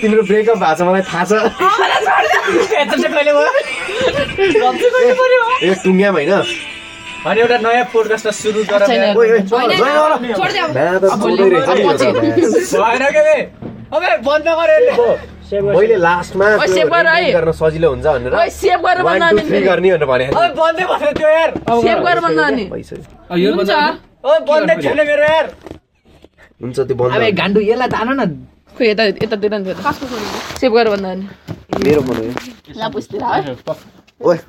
Speaker 1: तिम्रो ब्रेकअप भएको छ मलाई थाहा छ ए टुङ्ग्याम होइन
Speaker 4: अनि एउटा नयाँ पोडकास्ट सुरु गर
Speaker 2: छैन।
Speaker 1: ओइ, ओइ,
Speaker 2: होइन,
Speaker 1: ल, ल, ल।
Speaker 2: छोड्दै अब।
Speaker 1: ला त छोड्दै रहेछ नि यो त।
Speaker 4: भएन के बे अबे बन्द गरे
Speaker 1: मैले लास्टमा
Speaker 2: ओइ,
Speaker 1: त्यो
Speaker 2: सेभ गर है।
Speaker 1: recording गर्न सजिलो हुन्छ भनेर
Speaker 2: ओइ सेभ गरेर
Speaker 1: वान
Speaker 2: भन्दा
Speaker 1: टू
Speaker 2: अनि
Speaker 1: थ्री गर्ने भनेर भने
Speaker 4: अबे बन्दै भन्यो त्यो यार
Speaker 2: सेभ गरेर भन्दा अनि
Speaker 1: भइसक्यो
Speaker 8: अ, यो
Speaker 2: हुन्छ
Speaker 8: बन्द-
Speaker 4: ओ बन्दै छैन मेरो यार
Speaker 1: हुन्छ त्यो बन्द
Speaker 8: अबे गान्डु यसलाई त आन न
Speaker 2: खोइ यता यतातिर नि त। सेभ गरेर भन्दा अनि
Speaker 1: मेरो फोन हो यो।
Speaker 2: ल पुस्तिर है
Speaker 1: ओइ